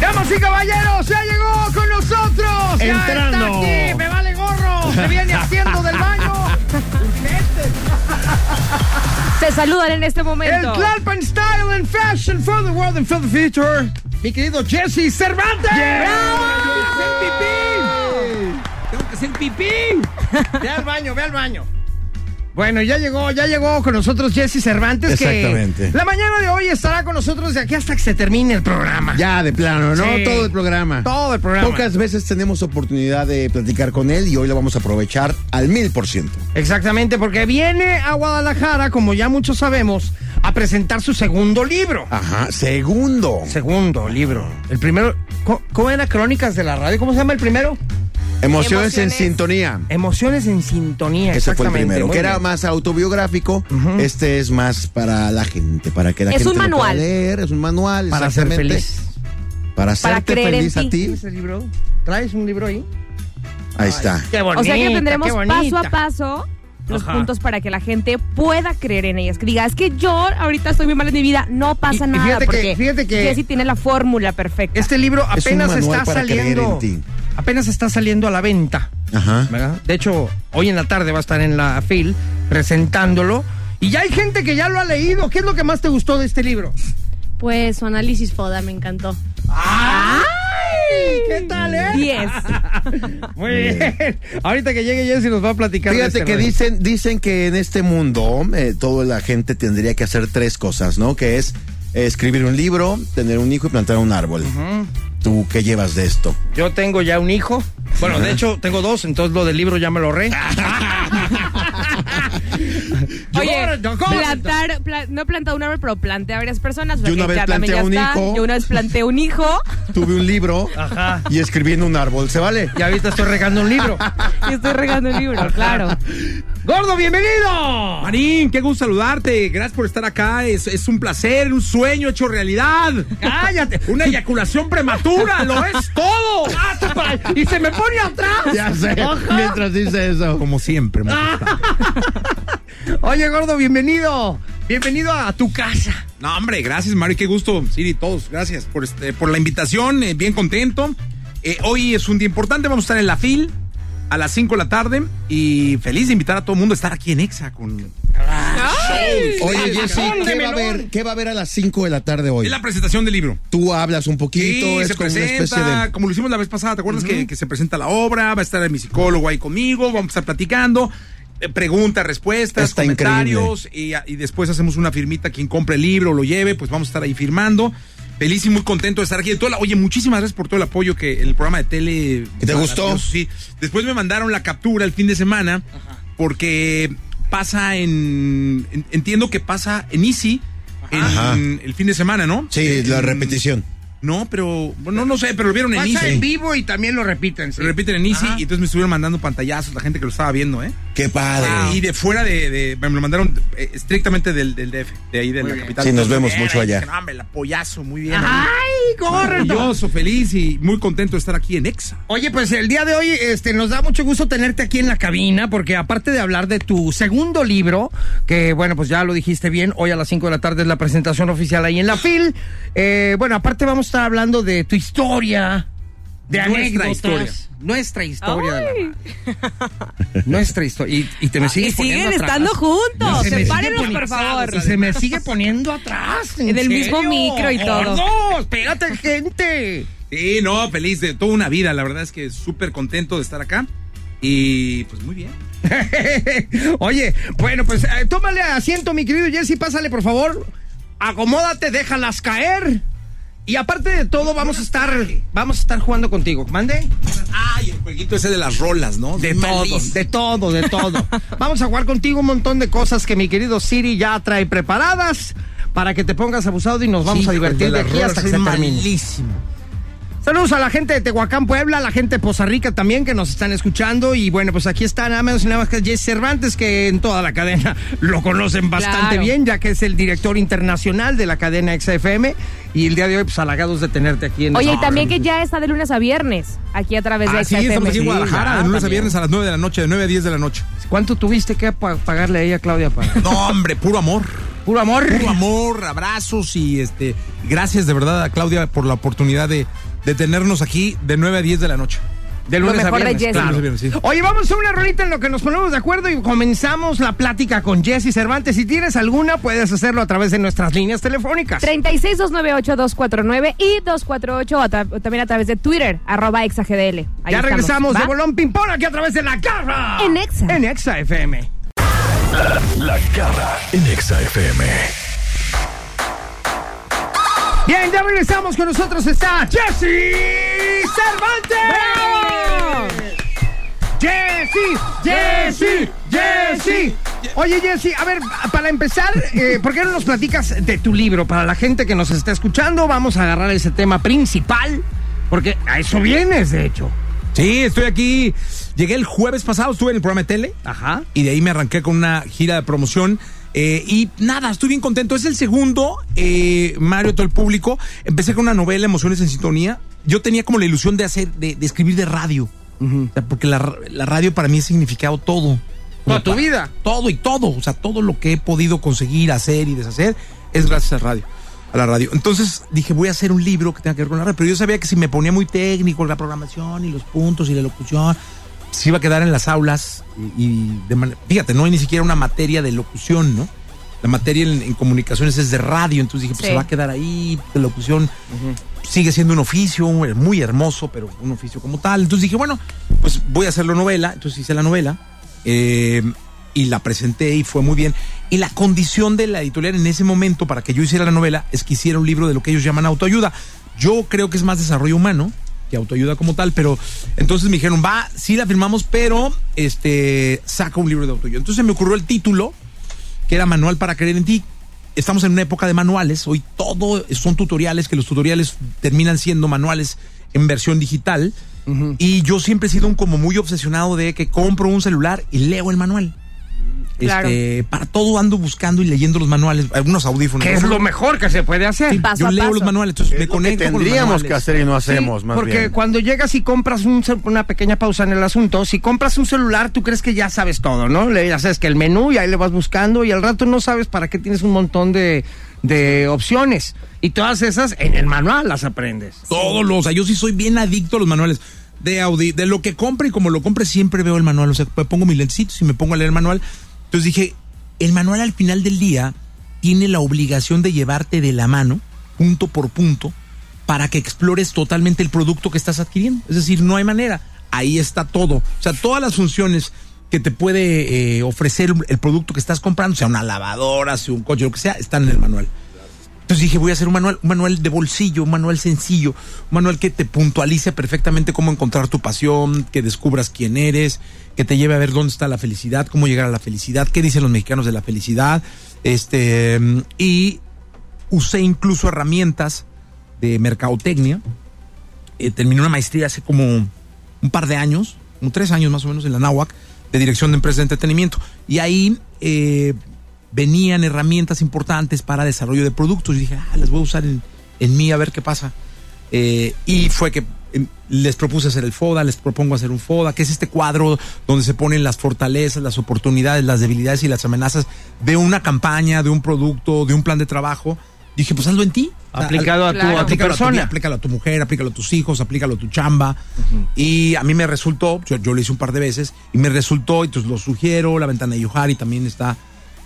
Speaker 2: Damas y caballeros, ya llegó con nosotros. Ya
Speaker 1: Entrando.
Speaker 2: está aquí, me vale gorro. Se viene haciendo del baño.
Speaker 3: Se saludan en este
Speaker 2: El
Speaker 3: momento.
Speaker 2: Tlalpan Style and Fashion for the World and for the Future. Mi querido Jesse Cervantes. Tengo que hacer pipí. Ve al baño, ve al baño. Bueno, ya llegó, ya llegó con nosotros Jesse Cervantes.
Speaker 1: Exactamente.
Speaker 2: Que la mañana de hoy estará con nosotros de aquí hasta que se termine el programa.
Speaker 1: Ya, de plano, ¿no?
Speaker 2: Sí.
Speaker 1: Todo el programa.
Speaker 2: Todo el programa.
Speaker 1: Pocas veces tenemos oportunidad de platicar con él y hoy lo vamos a aprovechar al mil por ciento.
Speaker 2: Exactamente, porque viene a Guadalajara, como ya muchos sabemos, a presentar su segundo libro.
Speaker 1: Ajá, segundo.
Speaker 2: Segundo libro. El primero. ¿co- ¿Cómo era Crónicas de la Radio? ¿Cómo se llama el primero?
Speaker 1: Emociones, en
Speaker 3: Emociones.
Speaker 1: sintonía.
Speaker 2: Emociones en sintonía.
Speaker 1: Ese fue el
Speaker 2: Eh, exactamente,
Speaker 1: primero,
Speaker 2: muy
Speaker 1: que era
Speaker 2: bien.
Speaker 1: más autobiográfico. Este es más para la gente, para que la
Speaker 3: Es
Speaker 1: gente
Speaker 3: un
Speaker 1: lo pueda
Speaker 3: manual.
Speaker 1: leer, es un manual
Speaker 2: para ser
Speaker 1: exactamente.
Speaker 2: feliz.
Speaker 1: Para hacerte
Speaker 3: creer en
Speaker 1: feliz a
Speaker 3: ti.
Speaker 1: ti.
Speaker 2: ¿Ese libro? ¿Traes un libro ahí?
Speaker 1: Ahí está.
Speaker 2: Qué bonito.
Speaker 3: o sea que tendremos paso a paso los
Speaker 2: Ajá.
Speaker 3: puntos para que la gente pueda creer en ellas. Que diga, es que yo ahorita estoy muy mal en mi vida, no pasa
Speaker 2: Y- y
Speaker 3: nada.
Speaker 2: fíjate que-
Speaker 3: porque
Speaker 2: fíjate que-
Speaker 3: Jessy tiene la fórmula perfecta.
Speaker 2: Este libro
Speaker 1: Es un
Speaker 2: apenas
Speaker 1: manual
Speaker 2: está
Speaker 1: para creer en
Speaker 2: saliendo.
Speaker 1: ti.
Speaker 2: Apenas está saliendo a la venta.
Speaker 1: Ajá.
Speaker 2: ¿verdad? De hecho, hoy en la tarde va a estar en la FIL presentándolo. Y ya hay gente que ya lo ha leído. ¿Qué es lo que más te gustó de este libro?
Speaker 9: Pues su análisis FODA me encantó.
Speaker 2: ¡Ay! ¿Qué tal, eh?
Speaker 3: 10.
Speaker 2: Muy bien. Ahorita que llegue Jessy nos va a platicar. de
Speaker 1: Fíjate
Speaker 2: este
Speaker 1: que
Speaker 2: rollo.
Speaker 1: dicen, dicen que en este mundo eh, toda la gente tendría que hacer tres cosas, ¿no? Que es eh, escribir un libro, tener un hijo y plantar un árbol. ¿Tú qué llevas de esto?
Speaker 2: Yo tengo ya un hijo. Bueno,
Speaker 1: Ah.
Speaker 2: de hecho, tengo dos, entonces lo del libro ya me lo ahorré.
Speaker 3: Oye,
Speaker 2: Yo- yo-
Speaker 3: plantar, pla- no he plantado un árbol, pero planté a varias personas. o sea
Speaker 1: Yo una
Speaker 3: que
Speaker 1: vez
Speaker 3: ya también
Speaker 1: planté
Speaker 3: ya
Speaker 1: un
Speaker 3: está.
Speaker 1: hijo.
Speaker 3: Yo una vez planté un hijo
Speaker 1: Tuve un libro
Speaker 2: Ajá.
Speaker 1: y escribí en un árbol, ¿se vale?
Speaker 2: Y ahorita estoy regando un libro.
Speaker 3: y estoy regando el libro, claro.
Speaker 2: ¡Gordo, bienvenido!
Speaker 10: Marín, qué gusto saludarte. Gracias por estar acá. Es, es un placer, un sueño hecho realidad.
Speaker 2: ¡Cállate!
Speaker 10: Una eyaculación prematura, lo es todo.
Speaker 2: ¡Y se me pone atrás!
Speaker 1: Ya sé, Ah. mientras dice eso.
Speaker 10: Como siempre.
Speaker 2: Oye, gordo, bienvenido. Bienvenido a tu casa.
Speaker 10: No, hombre, gracias, Mario. Qué gusto, Siri, todos. Gracias por, este, por la invitación. eh, bien contento. Eh, hoy es un día importante. Vamos a estar en la FIL a las 5 de la tarde. Y feliz de invitar a todo el mundo a estar aquí en EXA con
Speaker 1: shows.
Speaker 11: Oye,
Speaker 1: Ah,
Speaker 11: Jessy,
Speaker 1: cabrón,
Speaker 11: ¿qué,
Speaker 1: de
Speaker 11: va a haber-
Speaker 1: melón.
Speaker 11: ¿qué va a haber a las 5 de la tarde hoy?
Speaker 1: Es la presentación del libro.
Speaker 11: Tú hablas un poquito,
Speaker 1: Sí,
Speaker 11: es
Speaker 1: se
Speaker 11: como una especie
Speaker 1: presenta,
Speaker 11: de...
Speaker 1: como lo hicimos la vez pasada, ¿te acuerdas que, que se presenta la obra? Va a estar mi psicólogo ahí conmigo, vamos a estar platicando, eh, preguntas, respuestas,
Speaker 11: Está
Speaker 1: comentarios, y, a- y después hacemos una firmita, quien compre el libro, lo lleve, pues vamos a estar ahí firmando. Feliz y muy contento de estar aquí. De todo la- oye, muchísimas gracias por todo el apoyo que el programa de tele...
Speaker 11: ¿Que te gustó?
Speaker 1: Sí, después me mandaron la captura el fin de semana, porque pasa en, en- Entiendo que pasa en Easy en-
Speaker 11: Ajá.
Speaker 1: el fin de semana, ¿no?
Speaker 11: Sí, la repetición.
Speaker 1: No, pero bueno, no sé, pero lo vieron en
Speaker 2: Pasa
Speaker 1: Easy.
Speaker 2: en vivo y también lo repiten. sí.
Speaker 1: Lo repiten en Easy
Speaker 2: Ajá.
Speaker 1: y entonces me estuvieron mandando pantallazos la gente que lo estaba viendo, ¿eh?
Speaker 11: ¡Qué padre!
Speaker 1: Y de fuera de, de- me lo mandaron eh, estrictamente del, del DF, de ahí de la capital.
Speaker 11: Sí, nos vemos
Speaker 1: Era,
Speaker 11: mucho
Speaker 1: y
Speaker 11: allá.
Speaker 1: dije, No, hombre, el apoyazo, muy bien.
Speaker 2: ¡Ay, correcto!
Speaker 1: Orgulloso, feliz y muy contento de estar aquí en EXA.
Speaker 2: Oye, pues el día de hoy este, nos da mucho gusto tenerte aquí en la cabina, porque aparte de hablar de tu segundo libro, que bueno, pues ya lo dijiste bien, hoy a las 5 de la tarde es la presentación oficial ahí en la FIL. eh, bueno, aparte vamos a estar hablando de tu historia, de
Speaker 1: Nuestra
Speaker 2: anécdotas.
Speaker 1: historia.
Speaker 2: Nuestra historia. de la
Speaker 3: Ay.
Speaker 2: madre. nuestra historia. Y, y te me
Speaker 3: Y
Speaker 2: sigues
Speaker 3: siguen
Speaker 2: poniendo atrás.
Speaker 3: estando juntos.
Speaker 2: Se me sigue
Speaker 3: Sepárenlos,
Speaker 2: poniendo
Speaker 3: por favor.
Speaker 2: atrás, Se me sigue poniendo atrás.
Speaker 3: En el mismo micro y todo.
Speaker 2: No, espérate, gente.
Speaker 1: Sí, no, feliz de toda una vida. La verdad es que súper contento de estar acá. Y pues muy bien.
Speaker 2: Oye, bueno, pues eh, tómale asiento, mi querido Jesse, pásale, por favor. Acomódate, déjalas caer. Y aparte de todo, vamos a estar, vamos a estar jugando contigo. ¿Mande?
Speaker 1: Ay, el jueguito ese de las rolas, ¿no?
Speaker 2: De todo, de todo, de todo. Vamos a jugar contigo un montón de cosas que mi querido Siri ya trae preparadas para que te pongas abusado y nos vamos a divertir de aquí hasta que se termine. Saludos a la gente de Tehuacán, Puebla, a la gente de Poza Rica también que nos están escuchando. Y bueno, pues aquí está nada menos y nada más que Jesse Cervantes, que en toda la cadena lo conocen bastante
Speaker 3: Claro.
Speaker 2: bien, ya que es el director internacional de la cadena XFM. Y el día de hoy, pues halagados de tenerte aquí en
Speaker 3: Oye, y
Speaker 2: No,
Speaker 3: también que ya está de lunes a viernes, aquí a través de
Speaker 1: Ah, sí, estamos
Speaker 3: XFM.
Speaker 1: aquí en Guadalajara,
Speaker 2: ya,
Speaker 1: de lunes a
Speaker 2: también.
Speaker 1: viernes a las 9 de la noche, de 9 a 10 de la noche.
Speaker 2: ¿Cuánto tuviste que pa- pagarle a ella, Claudia? Para?
Speaker 1: No, hombre, puro amor.
Speaker 2: Puro amor.
Speaker 1: puro amor, abrazos y este gracias de verdad a Claudia por la oportunidad de, de tenernos aquí de 9 a 10 de la noche.
Speaker 2: De
Speaker 3: Lo mejor de Jesse.
Speaker 1: claro. De lunes a viernes, sí.
Speaker 2: Oye, vamos a una rolita en lo que nos ponemos de acuerdo y comenzamos la plática con Jesse Cervantes. Si tienes alguna, puedes hacerlo a través de nuestras líneas telefónicas.
Speaker 3: 36-298-249 y 248 a tra- también a través de Twitter, arroba exagdl. Ahí
Speaker 2: ya
Speaker 3: estamos,
Speaker 2: regresamos
Speaker 3: ¿va?
Speaker 2: de Bolón Pimpón aquí a través de la garra.
Speaker 3: En Exa.
Speaker 2: En Exa FM.
Speaker 4: La garra en Exa FM.
Speaker 2: Bien, ya regresamos. Con nosotros está Jesse Cervantes. Jesse, Jesse, Jesse. Oye, Jesse, a ver, para empezar, eh, ¿por qué no nos platicas de tu libro? Para la gente que nos está escuchando, vamos a agarrar ese tema principal, porque a eso vienes, de hecho.
Speaker 1: Sí, estoy aquí. Llegué el jueves pasado, estuve en el programa de tele
Speaker 2: Ajá.
Speaker 1: y de ahí me arranqué con una gira de promoción. eh, y nada, estoy bien contento. Es el segundo, eh, Mario, todo el público. Empecé con una novela, Emociones en Sintonía. Yo tenía como la ilusión de hacer, de, de escribir de radio. O sea, porque la, ra- la radio para mí ha significado todo.
Speaker 2: Toda tu vida.
Speaker 1: todo y todo, o sea, todo lo que he podido conseguir, hacer y deshacer es gracias a la radio, a la radio. Entonces dije, voy a hacer un libro que tenga que ver con la radio, pero yo sabía que si me ponía muy técnico la programación y los puntos y la locución, se iba a quedar en las aulas y, y de man- fíjate, no hay ni siquiera una materia de locución, ¿no? La materia en, en comunicaciones es de radio, entonces dije, pues
Speaker 3: Sí.
Speaker 1: se va a quedar ahí, la locución sigue siendo un oficio muy hermoso, pero un oficio como tal. Entonces dije, bueno, pues voy a hacerlo novela. Entonces hice la novela eh, y la presenté y fue muy bien. Y la condición de la editorial en ese momento para que yo hiciera la novela es que hiciera un libro de lo que ellos llaman autoayuda. Yo creo que es más desarrollo humano que autoayuda como tal, pero entonces me dijeron, va, sí la firmamos, pero este saca un libro de autoayuda. Entonces me ocurrió el título, que era Manual para creer en ti. Estamos en una época de manuales, hoy todo son tutoriales, que los tutoriales terminan siendo manuales en versión digital. Y yo siempre he sido un como muy obsesionado de que compro un celular y leo el manual.
Speaker 3: Claro.
Speaker 1: Este, para todo ando buscando y leyendo los manuales, algunos audífonos.
Speaker 2: Que es lo mejor que se puede hacer.
Speaker 3: Paso
Speaker 1: yo
Speaker 3: a
Speaker 1: leo
Speaker 3: paso.
Speaker 1: los manuales, entonces me
Speaker 11: Es lo que
Speaker 1: conecto con los
Speaker 11: tendríamos
Speaker 1: manuales.
Speaker 11: que hacer y no hacemos,
Speaker 2: Sí,
Speaker 11: más
Speaker 2: porque
Speaker 11: bien.
Speaker 2: cuando llegas y compras un cel- una pequeña pausa en el asunto, si compras un celular, tú crees que ya sabes todo, ¿no? Le, ya sabes que el menú y ahí le vas buscando y al rato no sabes para qué tienes un montón de, de opciones. Y todas esas en el manual las aprendes.
Speaker 1: Todos los, o sea, yo sí soy bien adicto a los manuales de Audi, de lo que compre y como lo compre siempre veo el manual, o sea, me pongo mis lentecitos y me pongo a leer el manual. Entonces dije, el manual al final del día tiene la obligación de llevarte de la mano, punto por punto, para que explores totalmente el producto que estás adquiriendo. Es decir, no hay manera. Ahí está todo. O sea, todas las funciones que te puede eh, ofrecer el producto que estás comprando, sea una lavadora, sea un coche, lo que sea, están en el manual. Entonces dije, voy a hacer un manual, un manual de bolsillo, un manual sencillo, un manual que te puntualice perfectamente cómo encontrar tu pasión, que descubras quién eres, que te lleve a ver dónde está la felicidad, cómo llegar a la felicidad, qué dicen los mexicanos de la felicidad. Este, y usé incluso herramientas de mercadotecnia. Eh, terminé una maestría hace como un par de años, como tres años más o menos en la NAWAC, de dirección de empresas de entretenimiento. Y ahí eh, venían herramientas importantes para desarrollo de productos. Y dije, ah, las voy a usar en, en mí a ver qué pasa. Eh, y fue que eh, les propuse hacer el FODA, les propongo hacer un FODA, que es este cuadro donde se ponen las fortalezas, las oportunidades, las debilidades y las amenazas de una campaña, de un producto, de un plan de trabajo. Dije, pues hazlo en ti.
Speaker 12: Aplicado a tu- a tu
Speaker 1: aplícalo
Speaker 12: persona.
Speaker 1: vida, aplícalo a tu mujer, aplícalo a tus hijos, aplícalo a tu chamba. Y a mí me resultó, yo, yo lo hice un par de veces, y me resultó, y entonces lo sugiero, la ventana de Yohari también está.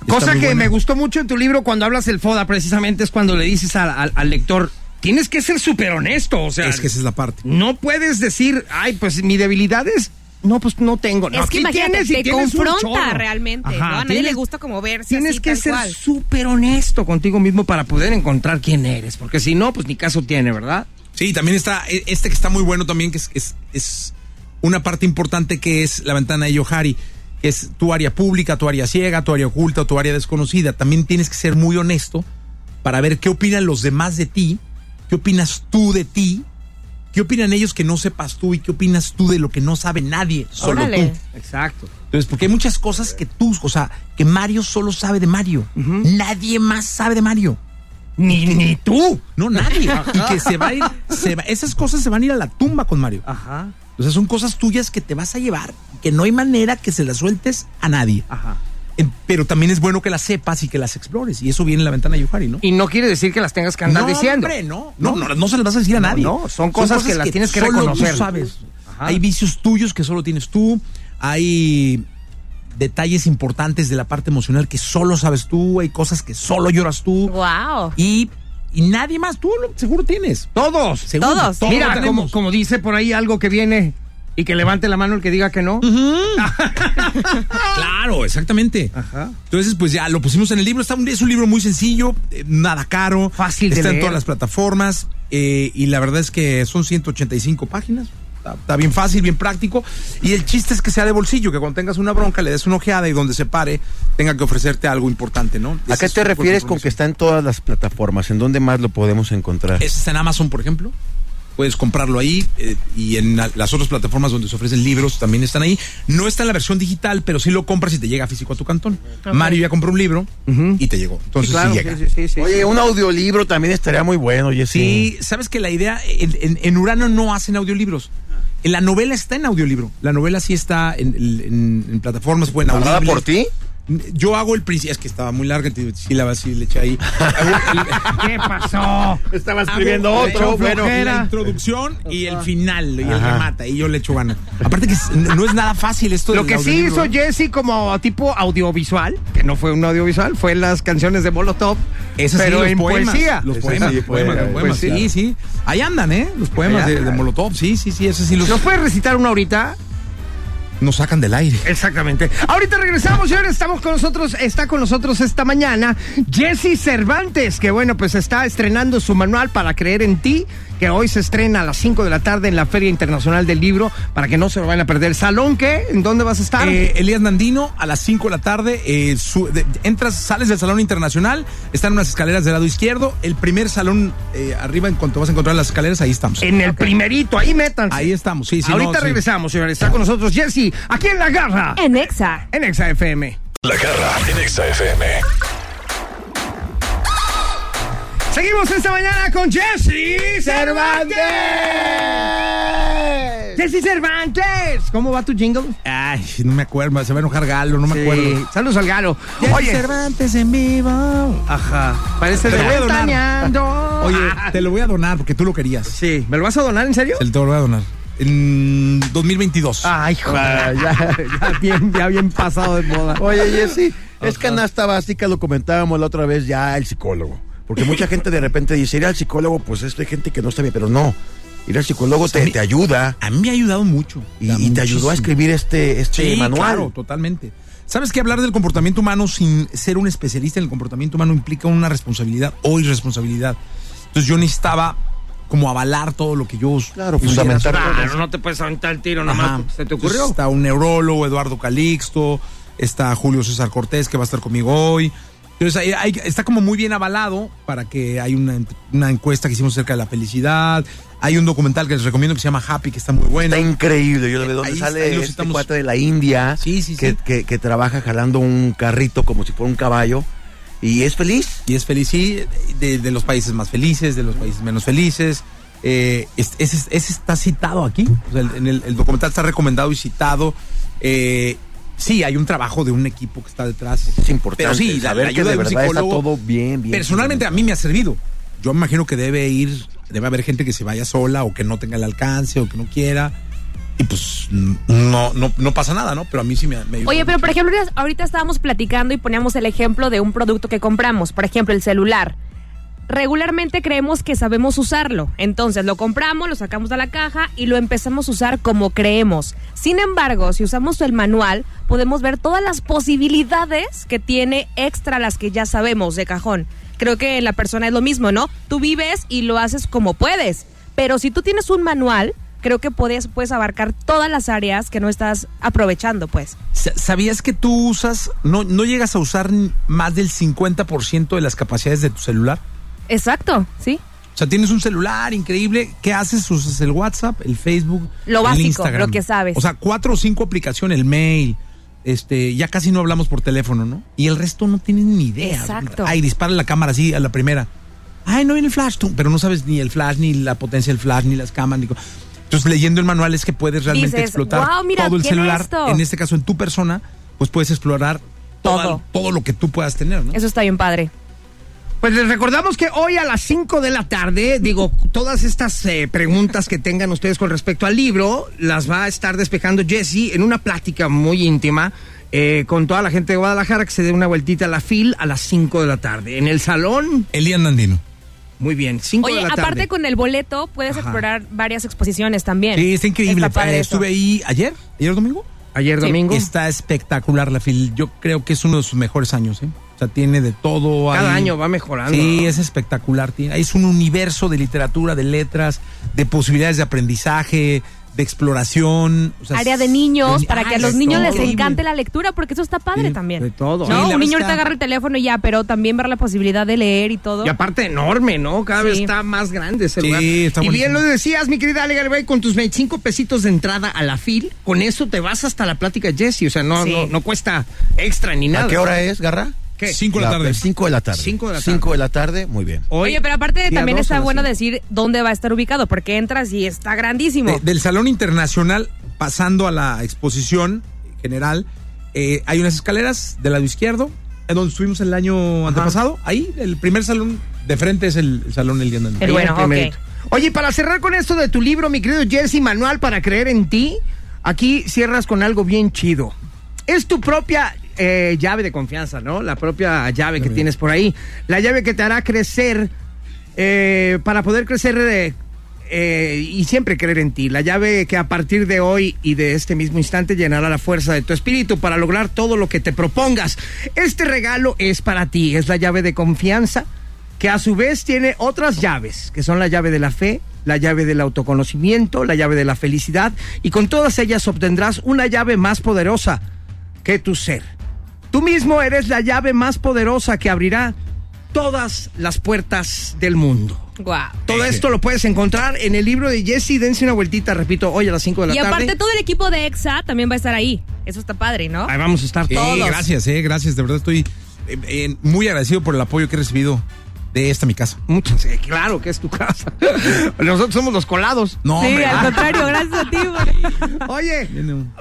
Speaker 1: está
Speaker 2: Cosa
Speaker 1: muy
Speaker 2: que
Speaker 1: buena.
Speaker 2: me gustó mucho en tu libro cuando hablas del FODA, precisamente es cuando le dices al, al- al lector, tienes que ser súper honesto, o sea...
Speaker 1: Es que esa es la parte.
Speaker 2: No puedes decir, ay, pues mi debilidad es... No, pues no tengo. No,
Speaker 3: es que
Speaker 2: aquí
Speaker 3: imagínate,
Speaker 2: tienes y
Speaker 3: te
Speaker 2: tienes un
Speaker 3: confronta
Speaker 2: chorro.
Speaker 3: realmente.
Speaker 2: Ajá,
Speaker 3: ¿no? A nadie
Speaker 2: tienes-
Speaker 3: le gusta como verse
Speaker 2: Tienes
Speaker 3: así,
Speaker 2: que
Speaker 3: tal
Speaker 2: ser
Speaker 3: cual.
Speaker 2: súper honesto contigo mismo para poder encontrar quién eres, porque si no, pues ni caso tiene, ¿verdad?
Speaker 1: Sí, también está e- este que está muy bueno también, que es, es, es una parte importante que es la ventana de Yohari, que es tu área pública, tu área ciega, tu área oculta, tu área desconocida. También tienes que ser muy honesto para ver qué opinan los demás de ti, qué opinas tú de ti, qué opinan ellos que no sepas tú y qué opinas tú de lo que no sabe nadie, solo
Speaker 2: Órale.
Speaker 1: tú.
Speaker 2: Exacto.
Speaker 1: Entonces, porque hay muchas cosas que tú, o sea, que Mario solo sabe de Mario. Nadie más sabe de Mario.
Speaker 2: Ni, ni tú.
Speaker 1: No, nadie.
Speaker 2: Ajá.
Speaker 1: y que se va a ir, se va- esas cosas se van a ir a la tumba con Mario.
Speaker 2: Ajá.
Speaker 1: O sea, son cosas tuyas que te vas a llevar, que no hay manera que se las sueltes a nadie.
Speaker 2: Ajá.
Speaker 1: Pero también es bueno que las sepas y que las explores. Y eso viene en la ventana de Yuhari, ¿no?
Speaker 2: Y no quiere decir que las tengas que andar
Speaker 1: No,
Speaker 2: diciendo.
Speaker 1: hombre, no. No, no, no se las vas a decir a
Speaker 2: No,
Speaker 1: nadie.
Speaker 2: no, son cosas que las tienes que
Speaker 1: solo
Speaker 2: reconocer.
Speaker 1: Tú sabes. Hay vicios tuyos que solo tienes tú. Hay detalles importantes de la parte emocional que solo sabes tú. Hay cosas que solo lloras tú.
Speaker 3: Wow.
Speaker 1: Y, y nadie más. Tú lo- seguro tienes.
Speaker 2: Todos.
Speaker 1: Seguro, todos lo
Speaker 2: Mira,
Speaker 1: tenemos.
Speaker 2: como, como dice por ahí algo que viene y que levante la mano el que diga que no.
Speaker 1: Claro, exactamente. Entonces, pues ya lo pusimos en el libro. Está un- es un libro muy sencillo, eh, nada caro. Fácil
Speaker 2: de
Speaker 1: Está en
Speaker 2: leer.
Speaker 1: todas las plataformas. eh, y la verdad es que son 185 páginas. Está, está bien fácil, bien práctico. Y el chiste es que sea de bolsillo, que cuando tengas una bronca le des una ojeada y donde se pare tenga que ofrecerte algo importante, ¿no?
Speaker 7: ¿A qué te refieres con que está en todas las plataformas? ¿En dónde más lo podemos encontrar?
Speaker 1: Ese está en Amazon, por ejemplo. Puedes comprarlo ahí eh, y en la- las otras plataformas donde se ofrecen libros también están ahí. No está en la versión digital, pero sí lo compras y te llega físico a tu cantón.
Speaker 7: Ok.
Speaker 1: Mario ya compró un libro y te llegó. Entonces sí, llega.
Speaker 7: Oye, un audiolibro también estaría muy bueno, Jesse.
Speaker 1: Sí, sabes que la idea, en, en- en Urano no hacen audiolibros. En La novela está en audiolibro. La novela sí está en, en- en plataformas. Bueno,
Speaker 7: ¿Narrada por ti?
Speaker 1: Yo hago el principio. Es que estaba muy larga, te- sí la sí le eché ahí.
Speaker 2: ¿Qué pasó?
Speaker 7: Estaba
Speaker 1: escribiendo otro, bueno. La
Speaker 2: introducción
Speaker 1: y el final, y él
Speaker 2: Ajá.
Speaker 1: remata, y yo le echo gana. Aparte que es- no, no es nada fácil esto
Speaker 2: Lo
Speaker 1: del
Speaker 2: que sí
Speaker 1: audiolibro,
Speaker 2: hizo
Speaker 1: ¿eh?
Speaker 2: Jesse como tipo audiovisual, que no fue un audiovisual, fue las canciones de Molotov,
Speaker 1: Esas sí,
Speaker 2: pero
Speaker 1: los
Speaker 2: en
Speaker 1: poemas,
Speaker 2: poesía. pues,
Speaker 1: Los poemas, los poemas, los poemas, sí, sí. Ahí andan, ¿eh? Los poemas
Speaker 2: Ahí
Speaker 1: de, de
Speaker 2: andan.
Speaker 1: Molotov, sí, sí, sí, eso sí los...
Speaker 2: ¿Nos puedes recitar uno ahorita?
Speaker 1: Nos sacan del aire.
Speaker 2: Exactamente. Ahorita regresamos, señores. Estamos con nosotros, está con nosotros esta mañana Jesse Cervantes, que bueno, pues está estrenando su manual para creer en ti, que hoy se estrena a las 5 de la tarde en la Feria Internacional del Libro, para que no se lo vayan a perder. ¿Salón qué? ¿En dónde vas a estar?
Speaker 1: Eh, Elías Nandino, a las 5 de la tarde, eh, su- de- entras, sales del Salón Internacional, están unas escaleras del lado izquierdo, el primer salón eh, arriba, en cuanto vas a encontrar las escaleras, ahí estamos.
Speaker 2: en el primerito, ahí métanse.
Speaker 1: Ahí estamos, sí, sí.
Speaker 2: Ahorita
Speaker 1: no, sí.
Speaker 2: regresamos, señores. Está con nosotros Jesse, aquí en La Garra.
Speaker 3: En Exa.
Speaker 2: En Exa FM.
Speaker 4: La garra en Exa FM.
Speaker 2: Seguimos esta mañana con Jesse Cervantes. Jesse Cervantes. ¿Cómo va tu jingle?
Speaker 1: Ay, no me acuerdo, se va a enojar Galo, no me
Speaker 2: Sí.
Speaker 1: acuerdo.
Speaker 2: Saludos al Galo.
Speaker 1: Jesse
Speaker 2: Oye.
Speaker 1: Cervantes en vivo.
Speaker 2: Ajá. Parece
Speaker 1: Te
Speaker 2: de
Speaker 1: lo voy a donar.
Speaker 2: Ventaneando.
Speaker 1: Oye, te lo voy a donar porque tú lo querías.
Speaker 2: Sí. ¿Me lo vas a donar en serio?
Speaker 1: Te lo voy a donar. En 2022.
Speaker 2: Ay, joder. ya, ya bien, ya bien pasado de moda.
Speaker 7: Oye, Jesse,
Speaker 11: Es canasta básica, lo comentábamos la otra vez ya el psicólogo. Porque mucha gente de repente dice, ir al psicólogo, pues esto hay gente que no está bien, pero no. Ir al psicólogo te, te ayuda.
Speaker 1: Pues A mí me ha ayudado mucho.
Speaker 11: Y, y te ayudó a escribir este, este
Speaker 1: Sí,
Speaker 11: manual.
Speaker 1: claro, totalmente. ¿Sabes que hablar del comportamiento humano sin ser un especialista en el comportamiento humano implica una responsabilidad o irresponsabilidad? Entonces yo necesitaba como avalar todo lo que yo claro,
Speaker 2: fundamentar Claro, no te puedes aventar el tiro nomás. ¿Se te ocurrió?
Speaker 1: Pues Está un neurólogo, Eduardo Calixto, está Julio César Cortés, que va a estar conmigo hoy. Entonces, ahí hay- está como muy bien avalado para que hay una, una encuesta que hicimos acerca de la felicidad. Hay un documental que les recomiendo que se llama Happy, que está muy bueno.
Speaker 11: Está increíble. Yo le veo dónde
Speaker 1: Ahí
Speaker 11: sale
Speaker 1: está, ahí los
Speaker 11: este
Speaker 1: estamos-
Speaker 11: cuate de la India que, que- que trabaja jalando un carrito como si fuera un caballo. ¿Y es feliz?
Speaker 1: Y es feliz, sí, de, de los países más felices, de los países menos felices. Eh, es- ese, ese está citado aquí. O sea, el- en el, el documental está recomendado y citado. Eh, sí, hay un trabajo de un equipo que está detrás. Es
Speaker 11: importante
Speaker 1: Pero sí, la,
Speaker 11: saber
Speaker 1: la
Speaker 11: que
Speaker 1: ayuda
Speaker 11: de
Speaker 1: de un
Speaker 11: verdad está
Speaker 1: psicólogo.
Speaker 11: todo bien, bien.
Speaker 1: personalmente a mí me ha servido. Yo me imagino que debe ir, debe haber gente que se vaya sola o que no tenga el alcance o que no quiera. Y pues n- no, no, no pasa nada, ¿no? Pero a mí sí me, me ayudó
Speaker 3: Oye, pero
Speaker 1: mucho.
Speaker 3: por ejemplo, ahorita- ahorita estábamos platicando y poníamos el ejemplo de un producto que compramos, por ejemplo, el celular. Regularmente creemos que sabemos usarlo, entonces lo compramos, lo sacamos de la caja y lo empezamos a usar como creemos. Sin embargo, si usamos el manual, podemos ver todas las posibilidades que tiene extra las que ya sabemos de cajón. Creo que en la persona es lo mismo, ¿no? Tú vives y lo haces como puedes, pero si tú tienes un manual, creo que puedes, puedes abarcar todas las áreas que no estás aprovechando, pues.
Speaker 1: Sa- ¿Sabías que tú usas, no, no llegas a usar n- más del 50% de las capacidades de tu celular?
Speaker 3: Exacto, sí.
Speaker 1: O sea, tienes un celular increíble, ¿qué haces? Usas el WhatsApp, el Facebook,
Speaker 3: Lo
Speaker 1: el
Speaker 3: básico,
Speaker 1: Instagram.
Speaker 3: lo que sabes.
Speaker 1: O sea, cuatro o cinco aplicaciones, el mail, este, ya casi no hablamos por teléfono, ¿no? Y el resto no tienes ni idea.
Speaker 3: Exacto.
Speaker 1: Ay, dispara la cámara así a la primera. Ay, no viene el flash, tú, pero no sabes ni el flash, ni la potencia del flash, ni las cámaras, ni co- Entonces, leyendo el manual es que puedes realmente
Speaker 3: Dices,
Speaker 1: explotar
Speaker 3: "Guau, mira,
Speaker 1: todo el
Speaker 3: tiene
Speaker 1: celular,
Speaker 3: esto".
Speaker 1: en este caso en tu persona, pues puedes explorar toda- todo, lo que tú puedas tener, ¿no?
Speaker 3: Eso está bien padre.
Speaker 2: Pues les recordamos que hoy a las 5 de la tarde, digo, todas estas eh, preguntas que tengan ustedes con respecto al libro, las va a estar despejando Jesse en una plática muy íntima eh, con toda la gente de Guadalajara que se dé una vueltita a la FIL a las 5 de la tarde. En el salón.
Speaker 1: Elías Nandino.
Speaker 2: Muy bien, 5
Speaker 3: Oye,
Speaker 2: de la tarde.
Speaker 3: aparte con el boleto puedes
Speaker 1: Ajá.
Speaker 3: explorar varias exposiciones también.
Speaker 1: Sí, está increíble.
Speaker 3: Está padre
Speaker 1: Eh,
Speaker 3: eso.
Speaker 1: Estuve ahí ayer, ayer domingo.
Speaker 2: Ayer Sí. domingo.
Speaker 1: Está espectacular la fil. Yo creo que es uno de sus mejores años, ¿eh? O sea, tiene de todo.
Speaker 2: Cada
Speaker 1: ahí.
Speaker 2: año va mejorando.
Speaker 1: Sí,
Speaker 2: ¿no?
Speaker 1: es espectacular. Tiene- Es un universo de literatura, de letras, de posibilidades de aprendizaje, de exploración. o sea,
Speaker 3: Área de niños,
Speaker 1: de-
Speaker 3: para que a
Speaker 1: ah,
Speaker 3: los
Speaker 1: de
Speaker 3: niños les
Speaker 1: todo.
Speaker 3: encante la lectura, porque eso está padre también.
Speaker 2: de todo. Sí, la
Speaker 3: No, un
Speaker 2: verdad
Speaker 3: niño
Speaker 2: está-
Speaker 3: ahorita agarra el teléfono y ya, pero también ver la posibilidad de leer y todo.
Speaker 2: Y aparte enorme, ¿no? Cada vez
Speaker 3: Sí.
Speaker 2: está más grande ese
Speaker 1: Sí,
Speaker 2: lugar.
Speaker 1: está
Speaker 2: y bien
Speaker 1: buenísimo.
Speaker 2: lo decías, mi querida Ale Garibay, con tus 25 pesitos de entrada a la FIL, con eso te vas hasta la plática Jesse. O sea, no,
Speaker 11: Sí.
Speaker 2: no, no cuesta extra ni nada.
Speaker 11: ¿A qué hora es, Garra?
Speaker 2: ¿Qué?
Speaker 1: Cinco de la tarde.
Speaker 11: Cinco de la tarde.
Speaker 2: Cinco de la
Speaker 11: Cinco de la tarde, muy bien.
Speaker 3: Oye, pero aparte
Speaker 11: día
Speaker 3: también
Speaker 11: dos a
Speaker 3: está
Speaker 11: las
Speaker 3: bueno decir dónde va a estar ubicado, porque entras y está grandísimo.
Speaker 1: De- del Salón Internacional, pasando a la exposición general, eh, hay unas escaleras del lado izquierdo, en donde estuvimos el año antepasado. Ahí, el primer salón de frente es el, el salón Elian Andino.
Speaker 2: Ahí el primerito. Oye, y para cerrar con esto de tu libro, mi querido Jesse, Manual para creer en ti, aquí cierras con algo bien chido. Es tu propia eh, llave de confianza, ¿no? La propia llave que tienes por ahí. La llave que te hará crecer, eh, para poder crecer eh, eh, y siempre creer en ti. La llave que a partir de hoy y de este mismo instante llenará la fuerza de tu espíritu para lograr todo lo que te propongas. Este regalo es para ti, es la llave de confianza que a su vez tiene otras llaves, que son la llave de la fe, la llave del autoconocimiento, la llave de la felicidad, y con todas ellas obtendrás una llave más poderosa que tu ser. Tú mismo eres la llave más poderosa que abrirá todas las puertas del mundo.
Speaker 3: Guau.
Speaker 2: Todo esto lo puedes encontrar en el libro de Jesse. Dense una vueltita, repito, hoy a las 5 de la
Speaker 3: Y
Speaker 2: tarde.
Speaker 3: aparte todo el equipo de EXA también va a estar ahí. Eso está padre, ¿no?
Speaker 2: Ahí vamos a estar
Speaker 1: Sí,
Speaker 3: todos.
Speaker 1: gracias, eh, gracias. De verdad estoy eh, eh, muy agradecido por el apoyo que he recibido de esta mi casa.
Speaker 2: Muchas, eh, claro que es tu casa. Nosotros somos los colados.
Speaker 1: No,
Speaker 3: Sí,
Speaker 1: hombre. ah,
Speaker 3: al contrario, gracias a ti. güey.
Speaker 2: Oye,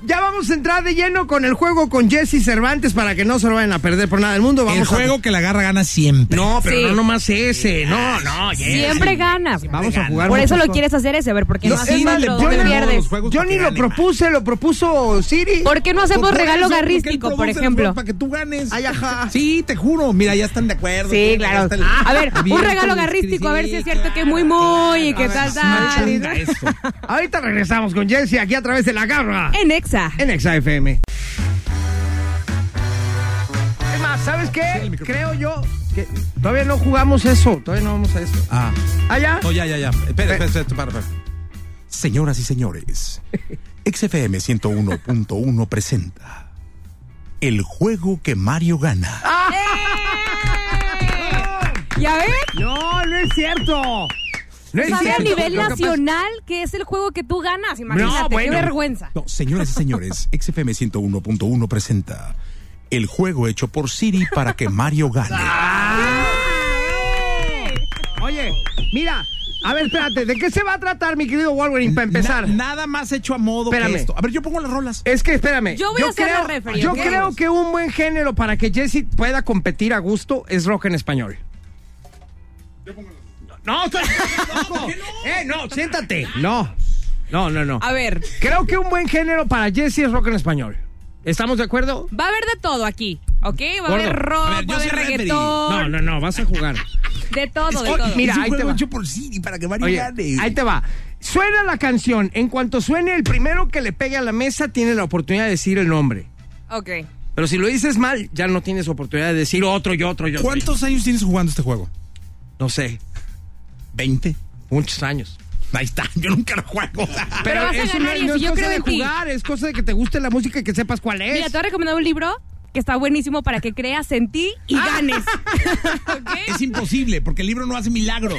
Speaker 2: ya vamos a entrar de lleno con el juego con Jesse Cervantes para que no se lo vayan a perder por nada del mundo. Vamos
Speaker 1: el
Speaker 2: a-
Speaker 1: juego que la garra gana siempre.
Speaker 2: No, pero
Speaker 3: Sí.
Speaker 2: no nomás ese. No, no, Jesse.
Speaker 3: Siempre ganas.
Speaker 2: Vamos a jugar.
Speaker 3: Por eso
Speaker 2: muchas
Speaker 3: lo
Speaker 2: cosas.
Speaker 3: quieres hacer ese, a ver, porque no,
Speaker 2: No,
Speaker 3: haces
Speaker 2: sí,
Speaker 3: más,
Speaker 2: dale,
Speaker 3: lo
Speaker 2: yo
Speaker 3: te
Speaker 2: no-
Speaker 3: pierdes.
Speaker 2: Yo ni lo propuse, lo propuso Siri.
Speaker 3: ¿Por qué no hacemos
Speaker 1: Por
Speaker 3: regalo
Speaker 1: eso, porque él
Speaker 3: garrístico, por
Speaker 1: produce los
Speaker 3: ejemplo?
Speaker 1: juegos Para que tú ganes.
Speaker 2: Ay, ajá.
Speaker 1: Sí, te juro. Mira, ya están de acuerdo.
Speaker 3: Sí,
Speaker 1: Ya
Speaker 3: claro.
Speaker 1: está el-
Speaker 3: A ver, un
Speaker 1: Bien,
Speaker 3: regalo
Speaker 1: con los
Speaker 3: garrístico, a ver si es
Speaker 1: sí,
Speaker 3: cierto que muy, muy, y que tal, tal.
Speaker 1: Machanga eso.
Speaker 2: Ahorita regresamos con Jesse aquí a través de la garra.
Speaker 3: En Exa.
Speaker 2: En Exa FM. Es más, ¿sabes qué? Creo yo que todavía no jugamos eso. Todavía no vamos a eso.
Speaker 1: Ah.
Speaker 2: Allá.
Speaker 1: No, ya, ya, ya. Espera, espera, espera, para, para.
Speaker 13: Señoras y señores, XFM 101.1 presenta El juego que Mario gana.
Speaker 2: ¡Eh!
Speaker 3: ¿Ya ves?
Speaker 2: No, no es cierto. No es
Speaker 3: Sabe a
Speaker 2: cierto.
Speaker 3: nivel
Speaker 2: Lo que pasa-
Speaker 3: nacional que es el juego que tú ganas, imagínate,
Speaker 2: bueno.
Speaker 3: qué vergüenza.
Speaker 13: No, señoras y señores, XFM 101.1 presenta El juego hecho por Siri para que Mario gane.
Speaker 1: Ah,
Speaker 2: Oye, mira. A ver, espérate. ¿De qué se va a tratar, mi querido Wolverine, para empezar?
Speaker 1: Na- nada más hecho a modo
Speaker 2: Espérame.
Speaker 1: que esto. A ver, yo pongo las rolas.
Speaker 2: Es que espérame.
Speaker 3: Yo voy a ser la referee,
Speaker 2: Yo
Speaker 3: ¿ok?
Speaker 2: creo que un buen género para que Jesse pueda competir a gusto es rock en español. No, estoy loco. Eh, no, siéntate. No. No, no, no.
Speaker 3: A ver,
Speaker 2: Creo que un buen género para Jesse es rock en español. ¿Estamos de acuerdo?
Speaker 3: va a haber de todo aquí, ¿ok? Va a haber
Speaker 2: Gordo.
Speaker 3: rock,
Speaker 1: A ver, yo
Speaker 3: va a
Speaker 1: soy
Speaker 3: haber
Speaker 1: referee.
Speaker 2: No,
Speaker 3: reggaetón,
Speaker 2: no, no, vas a jugar.
Speaker 3: de todo, de
Speaker 2: Oye,
Speaker 3: todo.
Speaker 2: mira,
Speaker 1: es un
Speaker 2: ahí te
Speaker 1: juego
Speaker 2: va.
Speaker 1: hecho por Siri para que Mario
Speaker 2: Oye,
Speaker 1: gane.
Speaker 2: ahí te va. Suena la canción. En cuanto suene, el primero que le pegue a la mesa tiene la oportunidad de decir el nombre.
Speaker 3: Ok.
Speaker 2: Pero si lo dices mal, ya no tienes oportunidad de decir otro y otro y otro.
Speaker 1: ¿Cuántos años tienes jugando este juego?
Speaker 2: No sé.
Speaker 1: ¿20?
Speaker 2: Muchos años.
Speaker 1: Ahí está, yo nunca lo juego.
Speaker 3: Pero vas a
Speaker 2: eso
Speaker 3: ganar, Jesse, yo
Speaker 2: es cosa
Speaker 3: creo
Speaker 2: de
Speaker 3: en ti.
Speaker 2: jugar, es cosa de que te guste la música y que sepas cuál es.
Speaker 3: Mira, te voy a recomendar un libro que está buenísimo para que creas en ti y
Speaker 2: Ah.
Speaker 3: ganes.
Speaker 1: Es
Speaker 3: ¿Ok?
Speaker 1: imposible, porque el libro no hace milagros.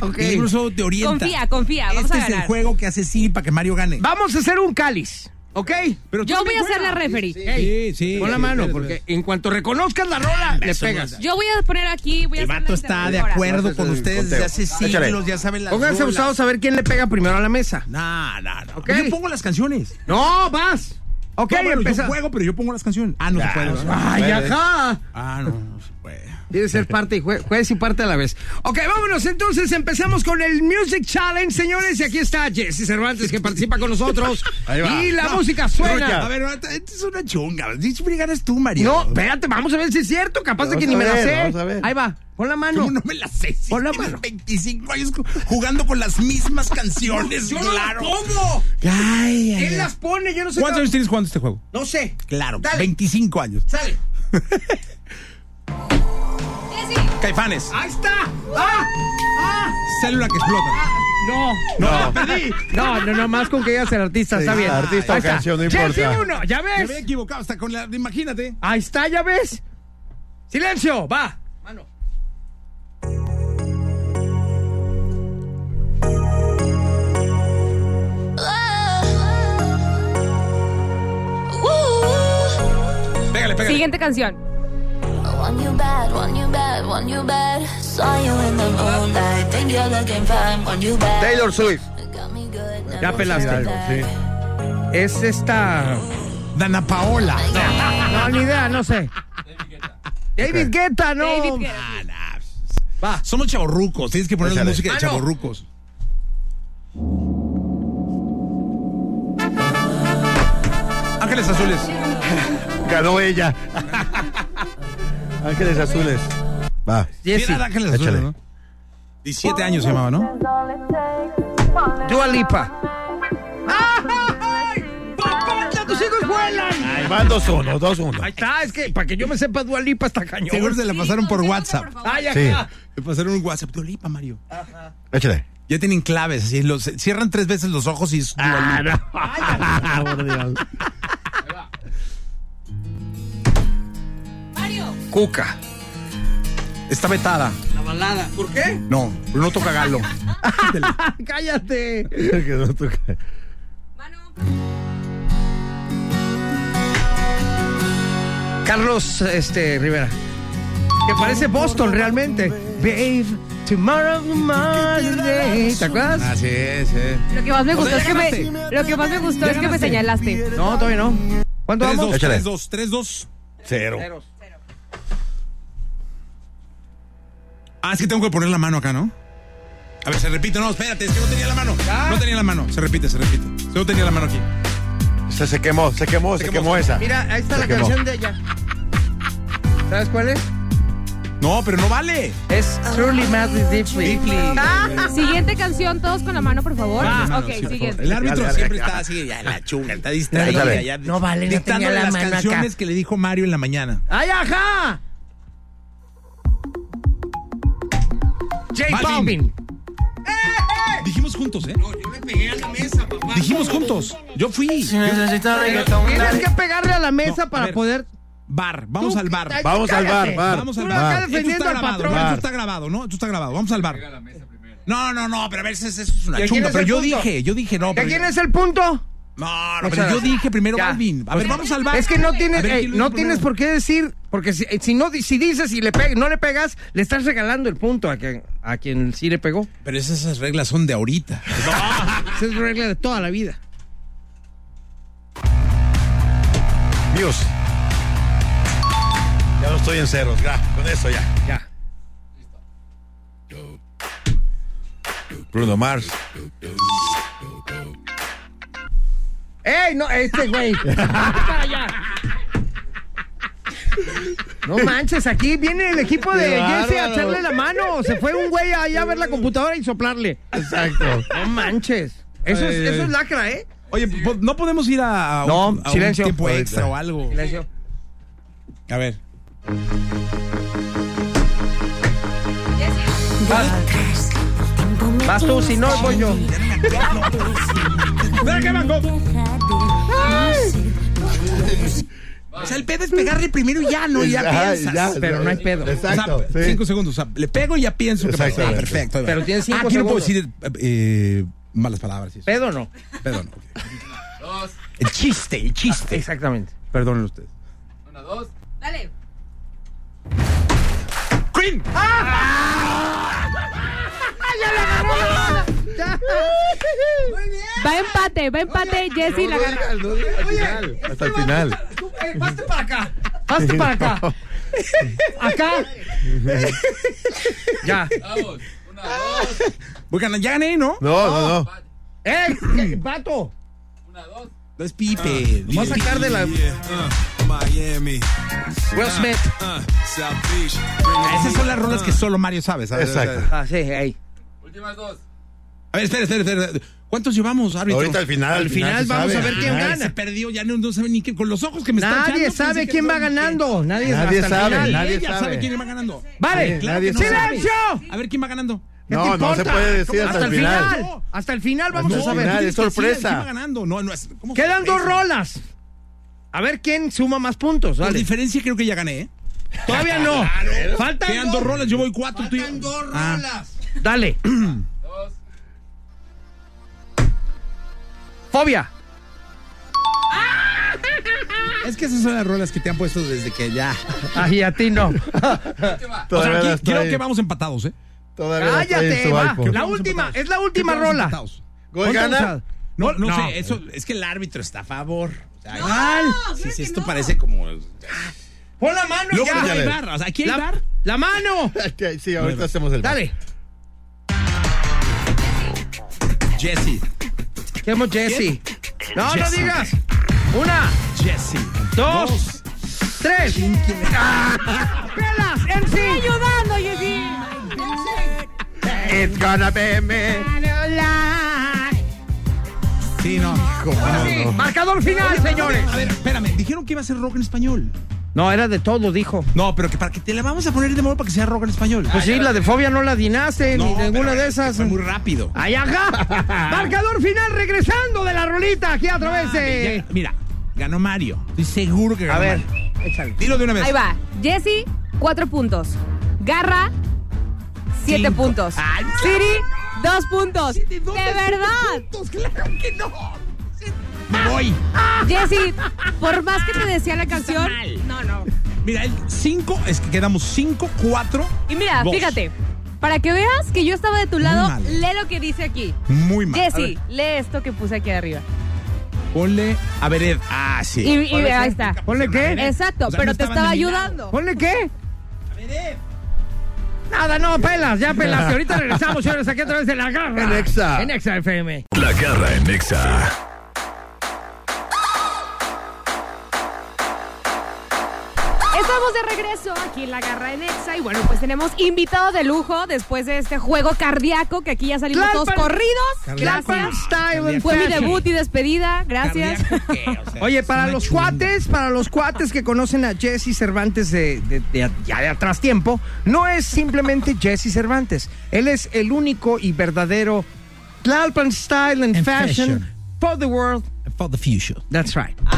Speaker 2: Ok.
Speaker 1: El libro solo te orienta.
Speaker 3: Confía, confía, vamos
Speaker 1: este
Speaker 3: a
Speaker 1: es el
Speaker 3: ganar.
Speaker 1: juego que hace Siri para que Mario gane.
Speaker 2: Vamos a hacer un cáliz, ¿ok?
Speaker 1: Pero tú
Speaker 3: Yo voy
Speaker 1: también
Speaker 3: a ser la
Speaker 1: juega.
Speaker 3: referee.
Speaker 2: Ey,
Speaker 1: sí,
Speaker 2: Pon
Speaker 1: sí,
Speaker 2: la
Speaker 1: Ah,
Speaker 2: mano,
Speaker 1: espera,
Speaker 2: porque
Speaker 1: espera.
Speaker 2: en cuanto reconozcas la rola, le pegas.
Speaker 3: Yo voy a poner aquí, voy a
Speaker 1: El
Speaker 3: hacer
Speaker 1: vato
Speaker 3: la
Speaker 1: está de
Speaker 3: interruptora.
Speaker 1: acuerdo
Speaker 4: Vamos a
Speaker 1: con
Speaker 4: hacer el
Speaker 1: ustedes desde
Speaker 4: conteo.
Speaker 1: hace
Speaker 4: Échale.
Speaker 1: siglos, ya saben las
Speaker 2: Pónganse
Speaker 1: rolas.
Speaker 2: usados a ver quién le pega primero a la mesa.
Speaker 1: No, no, no.
Speaker 2: Ok.
Speaker 1: Yo pongo las canciones.
Speaker 2: No, vas. Ok,
Speaker 1: No, bueno,
Speaker 2: empieza.
Speaker 1: yo juego, pero yo pongo las canciones. Ah, no se puede. ¿verdad?
Speaker 2: Ay, ajá.
Speaker 1: Ah, no, no se puede.
Speaker 2: Tiene que ser parte y jue- juez y parte a la vez. Ok, vámonos entonces. Empezamos con el Music Challenge, señores. Y aquí está Jesse Cervantes que participa con nosotros.
Speaker 4: Ahí va.
Speaker 2: Y la música suena.
Speaker 4: Trucha.
Speaker 1: A ver, esta esta es una chunga. Si siempre ganas tú, Mario.
Speaker 2: No, espérate, vamos a ver si es cierto. Capaz de
Speaker 4: Vamos
Speaker 2: que ni
Speaker 4: a
Speaker 2: me la
Speaker 4: ver,
Speaker 2: sé.
Speaker 4: vamos a ver.
Speaker 2: Ahí va, pon la mano.
Speaker 1: ¿Cómo no me la sé? Si
Speaker 2: Pon la
Speaker 1: tienes
Speaker 2: mano.
Speaker 1: 25 años cu- jugando con las mismas canciones,
Speaker 2: Yo no las
Speaker 1: claro.
Speaker 2: pongo.
Speaker 1: Ay, ay,
Speaker 2: Él
Speaker 1: ay.
Speaker 2: las pone, yo no sé.
Speaker 1: ¿Cuántos
Speaker 2: cómo-
Speaker 1: años tienes jugando este juego?
Speaker 2: No sé.
Speaker 1: Claro,
Speaker 2: Dale.
Speaker 1: 25 años.
Speaker 2: Sale.
Speaker 1: Caifanes,
Speaker 2: Ahí está. ¡Ah! ¡Ah!
Speaker 1: célula que explota.
Speaker 2: No, no, la perdí. No, no, no, más con que digas el artista,
Speaker 4: Sí,
Speaker 2: está bien.
Speaker 4: artista o
Speaker 2: Ahí está.
Speaker 4: canción, no
Speaker 2: Jesse
Speaker 4: importa.
Speaker 2: uno, ¿ya
Speaker 1: Me había
Speaker 2: ves?
Speaker 1: equivocado hasta con la. Imagínate.
Speaker 2: Ahí está, ¿ya ves? Silencio, va. Mano.
Speaker 7: Uh, uh,
Speaker 1: Pégale, pégale.
Speaker 3: Siguiente canción.
Speaker 7: Want you bad, want you bad, want you bad. Saw you in the moonlight, think you're looking fine. Want you bad.
Speaker 4: Taylor Swift.
Speaker 7: Got me good, never
Speaker 2: Ya pelaste.
Speaker 7: felt
Speaker 4: Algo,
Speaker 7: bad.
Speaker 4: sí.
Speaker 2: Es esta.
Speaker 1: Dana Paola.
Speaker 2: No, ni idea, no sé. David Guetta, no.
Speaker 3: David Guetta.
Speaker 1: Ah, nah.
Speaker 2: Va.
Speaker 1: Somos chavorrucos. Tienes que poner
Speaker 4: Échale.
Speaker 1: música de
Speaker 2: Ah, no.
Speaker 1: chavorrucos. Ángeles Azules.
Speaker 4: Ganó ella. Ángeles Azules. Va.
Speaker 2: Jesse.
Speaker 1: Era de Ángeles Azules,
Speaker 4: Échale.
Speaker 1: ¿no? 17 años se llamaba, ¿no?
Speaker 2: Dua Lipa. ¡Ay! ¡Papá, tus hijos vuelan!
Speaker 4: Ahí van dos uno, dos uno.
Speaker 2: Ahí está, es que para que yo me sepa Dua Lipa está cañón.
Speaker 1: Seguro se la pasaron por
Speaker 3: Concéntrate,
Speaker 1: WhatsApp.
Speaker 3: por favor.
Speaker 2: Ay,
Speaker 4: Sí.
Speaker 2: acá.
Speaker 1: Le pasaron un WhatsApp. Dua Lipa, Mario.
Speaker 4: Échale.
Speaker 1: Ya tienen claves. así, los, cierran tres veces los ojos y es Dua Lipa.
Speaker 4: Ah, por Dios.
Speaker 1: Cuca. Está vetada.
Speaker 2: La balada. ¿Por qué?
Speaker 1: No, no toca galo.
Speaker 2: Cállate.
Speaker 4: Que no toque.
Speaker 3: Mano.
Speaker 2: Carlos este, Rivera. Que parece Boston realmente. babe, tomorrow, Monday. ¿Te acuerdas?
Speaker 4: Ah,
Speaker 1: Así es, eh.
Speaker 3: Lo que más me
Speaker 2: ¿O
Speaker 3: gustó
Speaker 2: ya
Speaker 3: es que me,
Speaker 2: ganaste?
Speaker 3: lo que más me gustó es que me
Speaker 2: ganaste?
Speaker 3: señalaste.
Speaker 2: No, todavía no. ¿Cuánto
Speaker 1: Tres,
Speaker 2: vamos?
Speaker 1: dos, tres, dos, tres, dos. Cero. Ah, es que tengo que poner la mano acá, ¿no? A ver, se repite. No, espérate, es que no tenía la mano. No tenía la mano. Se repite, se repite. Solo tenía la mano aquí.
Speaker 4: Se, se quemó, se quemó, se, quemó, esa.
Speaker 2: Mira, ahí está
Speaker 4: Se
Speaker 2: la
Speaker 4: quemó.
Speaker 2: canción de ella. ¿Sabes cuál es?
Speaker 1: No, pero no vale.
Speaker 2: Es Truly Madly Deeply.
Speaker 3: Siguiente canción, todos con la mano, por favor.
Speaker 1: Con la mano,
Speaker 3: ok,
Speaker 1: Ah. sí, por favor.
Speaker 3: siguiente.
Speaker 1: El árbitro
Speaker 4: Ya, ya,
Speaker 1: siempre
Speaker 4: ya.
Speaker 1: está así, ya en la chunga, está
Speaker 2: No
Speaker 1: distraído.
Speaker 2: vale.
Speaker 1: ya,
Speaker 2: No vale, no
Speaker 1: dictando
Speaker 2: tenía la
Speaker 1: las
Speaker 2: mano acá.
Speaker 1: canciones que le dijo Mario en la mañana.
Speaker 2: ¡Ay, ajá! J Balvin.
Speaker 1: Dijimos juntos, ¿eh? No, yo le pegué a la mesa, papá. Dijimos juntos. Yo fui. Yo-
Speaker 2: Tienes que pegarle a la mesa
Speaker 1: No, a
Speaker 2: para
Speaker 1: ver.
Speaker 2: poder.
Speaker 1: Bar, vamos al bar.
Speaker 2: Ay, Vamos al cállate. bar, bar,
Speaker 1: Vamos al
Speaker 2: Tú acá
Speaker 1: bar.
Speaker 2: defendiendo
Speaker 1: Esto está
Speaker 2: al
Speaker 1: grabado,
Speaker 2: patrón.
Speaker 1: ¿no? Esto
Speaker 2: Bar.
Speaker 1: está grabado, ¿no? Esto está grabado. Vamos al bar. No, no, no, pero a ver, eso, eso es
Speaker 2: ¿Y
Speaker 1: una
Speaker 2: a quién
Speaker 1: chunga.
Speaker 2: es
Speaker 1: Pero
Speaker 2: el
Speaker 1: yo
Speaker 2: punto?
Speaker 1: dije, yo dije, no.
Speaker 2: ¿De
Speaker 1: pero-
Speaker 2: quién es el punto?
Speaker 1: No, no,
Speaker 2: Muchas
Speaker 1: pero yo
Speaker 2: gracias.
Speaker 1: dije primero
Speaker 2: Ya.
Speaker 1: Balvin. A ver,
Speaker 2: Pues,
Speaker 1: vamos al bar.
Speaker 2: Es que no tienes,
Speaker 1: A ver,
Speaker 2: eh,
Speaker 1: ¿quién lo
Speaker 2: no
Speaker 1: hizo
Speaker 2: tienes
Speaker 1: primero?
Speaker 2: por qué decir, porque si, si no si dices y le pe- no le pegas, le estás regalando el punto a quien, a quien sí le pegó.
Speaker 1: Pero esas, esas reglas son de ahorita.
Speaker 2: Esa es la regla de toda la vida.
Speaker 4: Muse. Ya no estoy en ceros, ya, con eso ya.
Speaker 2: Ya.
Speaker 4: Bruno Mars.
Speaker 2: ¡Ey! No, este güey. Para allá. No manches, aquí viene el equipo
Speaker 4: Qué
Speaker 2: de Jesse a
Speaker 4: bárbaro.
Speaker 2: echarle la mano. Se fue un güey allá a ver la computadora y soplarle.
Speaker 4: Exacto.
Speaker 2: No manches. Eso es,
Speaker 1: Ay,
Speaker 2: eso
Speaker 1: ay.
Speaker 2: es lacra, ¿eh?
Speaker 1: Oye, po- no podemos ir a, a
Speaker 2: No,
Speaker 1: un, a un
Speaker 2: silencio.
Speaker 1: tiempo
Speaker 2: Ahorita.
Speaker 1: extra o algo.
Speaker 2: Silencio.
Speaker 1: A ver.
Speaker 2: Vas tú, si no, voy yo.
Speaker 1: Espera que mango. O sea, el pedo es pegarle primero y ya, ¿no? Y ya
Speaker 4: Ajá,
Speaker 1: piensas.
Speaker 4: ya,
Speaker 2: Pero no hay pedo.
Speaker 4: Exacto.
Speaker 1: O sea,
Speaker 4: sí.
Speaker 1: Cinco segundos. O sea, le pego y ya pienso que
Speaker 4: Exacto.
Speaker 1: pasó. Ah, perfecto. ahí va.
Speaker 2: Pero tienes cinco
Speaker 1: Aquí no puedo decir
Speaker 2: segundos.
Speaker 1: eh, eh, malas palabras. y eso.
Speaker 2: ¿Pedo o no?
Speaker 1: Perdón. ok. El chiste, el chiste.
Speaker 2: Exactamente.
Speaker 1: Perdónenlo Ah, ustedes.
Speaker 3: Dale.
Speaker 1: ¡Queen!
Speaker 3: Va empate, va empate, Jessy la gana.
Speaker 4: Hasta el final.
Speaker 2: eh, Paste para acá. Paste para acá. Acá. ya.
Speaker 1: Voy ganando. Ya gané, ¿no?
Speaker 4: No, no, no.
Speaker 2: ¡Ey! Eh, qué- ¡Vato!
Speaker 1: No es pipe.
Speaker 2: Lo vas a sacar de la. Uh,
Speaker 14: Miami.
Speaker 2: Will Smith.
Speaker 1: Ah, Esas son las rolas
Speaker 2: Uh.
Speaker 1: que solo Mario sabe, ¿sabes?
Speaker 4: Exacto.
Speaker 2: Ah, sí, ey.
Speaker 1: A ver, espera, espera, espera. ¿Cuántos llevamos, árbitro?
Speaker 4: Ahorita al final.
Speaker 2: Al final
Speaker 4: se
Speaker 2: vamos
Speaker 4: sabe.
Speaker 2: a ver quién
Speaker 1: Ay,
Speaker 2: gana.
Speaker 1: Se perdió, ya no, no sabe ni qué. Con los ojos que me están
Speaker 2: Nadie sabe quién va ganando. Nadie,
Speaker 4: Nadie
Speaker 2: hasta el
Speaker 4: sabe,
Speaker 2: final.
Speaker 4: nadie
Speaker 1: Ella sabe
Speaker 4: sabe.
Speaker 1: quién va ganando.
Speaker 2: Vale,
Speaker 1: Claro que no
Speaker 2: silencio.
Speaker 1: sabe. A ver quién va ganando.
Speaker 2: ¿Qué
Speaker 4: No,
Speaker 2: te
Speaker 4: no se
Speaker 2: importa?
Speaker 4: puede decir
Speaker 2: hasta, el final. Hasta el final vamos
Speaker 4: No,
Speaker 2: a saber.
Speaker 4: final,
Speaker 1: Tienes
Speaker 4: es
Speaker 1: que decir
Speaker 4: sorpresa.
Speaker 1: ¿Quién va ganando? No, no es. ¿cómo
Speaker 2: Quedan dos
Speaker 1: sorpresa?
Speaker 2: rolas. A ver quién suma más puntos.
Speaker 1: Por
Speaker 2: Dale.
Speaker 1: diferencia creo que ya gané, ¿eh?
Speaker 2: Todavía no. Faltan
Speaker 1: Quedan dos rolas, yo voy cuatro. tú- Ah.
Speaker 2: Dale. Fobia.
Speaker 1: Es que esas son las rolas que te han puesto desde que ya.
Speaker 2: Ay, a ti no.
Speaker 1: O sea,
Speaker 4: Todavía
Speaker 1: aquí
Speaker 4: no estoy-
Speaker 1: creo que vamos empatados, ¿eh?
Speaker 4: Todavía no estoy en
Speaker 2: Cállate,
Speaker 4: su
Speaker 2: va.
Speaker 4: iPhone.
Speaker 2: La última, es la última
Speaker 1: Creo que vamos
Speaker 2: rola.
Speaker 1: empatados.
Speaker 4: Gol
Speaker 2: Ponte
Speaker 4: gana.
Speaker 2: usado.
Speaker 1: No, no,
Speaker 2: No.
Speaker 1: sé, eso es que el árbitro está a favor. O sea, sí,
Speaker 3: claro
Speaker 1: sí,
Speaker 3: que
Speaker 1: esto
Speaker 3: no.
Speaker 1: parece como.
Speaker 2: Pon la mano
Speaker 1: Luego
Speaker 2: ya.
Speaker 1: ya hay
Speaker 4: le-
Speaker 1: bar, o sea, aquí hay
Speaker 2: La,
Speaker 1: bar.
Speaker 2: la mano.
Speaker 4: Ok, Sí, ahorita hacemos el.
Speaker 2: Dale.
Speaker 1: Jesse,
Speaker 2: Queremos Jesse. No, no
Speaker 1: Jesse.
Speaker 2: digas. Una,
Speaker 1: Jesse.
Speaker 2: dos, tres. ¡Ah! ¡Pelas! ¡En sí!
Speaker 3: Ayudando, Jessy.
Speaker 4: It's gonna be me.
Speaker 1: Sí, no.
Speaker 2: Ahora sí, Marcador final, señores.
Speaker 1: A ver, espérame, dijeron que iba a ser rock en español.
Speaker 2: No, era de todo, dijo.
Speaker 1: No, pero que para que te la vamos a poner de modo para que sea rock en español.
Speaker 2: Pues sí, la de fobia no la dinaste, ni ninguna de esas.
Speaker 1: Fue muy rápido.
Speaker 2: ¡Ay, ajá! Marcador final regresando de la rolita aquí a través de.
Speaker 1: Ah, Ya, mira, ganó Mario. Estoy seguro que ganó.
Speaker 2: A ver,
Speaker 1: Mario.
Speaker 2: échale.
Speaker 1: Dilo de una vez.
Speaker 3: Ahí va. Jessy, cuatro puntos. Garra, siete
Speaker 1: Cinco.
Speaker 3: puntos.
Speaker 1: Ay, claro.
Speaker 3: Siri, dos puntos.
Speaker 1: Sí, ¿de dónde
Speaker 3: de
Speaker 1: son
Speaker 3: verdad.
Speaker 1: puntos? ¡Claro que no! Me voy.
Speaker 3: Jessy, por más que te decía la canción.
Speaker 1: mal.
Speaker 3: No, no.
Speaker 1: Mira, el 5 es que quedamos 5, 4.
Speaker 3: Y mira, fíjate, Para que veas que yo estaba de tu
Speaker 1: Muy
Speaker 3: lado,
Speaker 1: mal.
Speaker 3: lee lo que dice aquí.
Speaker 1: Muy mal. A
Speaker 3: Jessy,
Speaker 1: ver.
Speaker 3: lee esto que puse aquí arriba.
Speaker 1: Ponle a Vered. Ah, sí.
Speaker 3: Y, y ahí está.
Speaker 2: ¿Ponle qué?
Speaker 3: Exacto,
Speaker 2: O sea,
Speaker 3: pero
Speaker 2: no
Speaker 3: te
Speaker 2: estaban
Speaker 3: estaba
Speaker 2: eliminados.
Speaker 3: ayudando.
Speaker 2: ¿Ponle qué? Nada, no, pelas, ya pelas. Y ahorita regresamos, señores, aquí a través de la garra. En Exa. En Exa FM.
Speaker 15: La garra en Nexa.
Speaker 3: Estamos de regreso aquí en la Garra en Exa y bueno, pues tenemos invitado de lujo después de este juego cardíaco que aquí ya salimos todos
Speaker 2: Tlalpan.
Speaker 3: corridos.
Speaker 2: Cardíaco.
Speaker 3: Gracias.
Speaker 2: Tlalpan
Speaker 3: Fue mi
Speaker 2: Style.
Speaker 3: debut y despedida. Gracias.
Speaker 2: Oye, para los cuates, para los cuates que conocen a Jesse Cervantes de, de- de- ya de atrás tiempo, no es simplemente Jesse Cervantes. Él es el único y verdadero Tlalpan Style and,
Speaker 16: And
Speaker 2: fashion,
Speaker 16: fashion.
Speaker 2: for the world.
Speaker 16: For the future.
Speaker 2: That's right.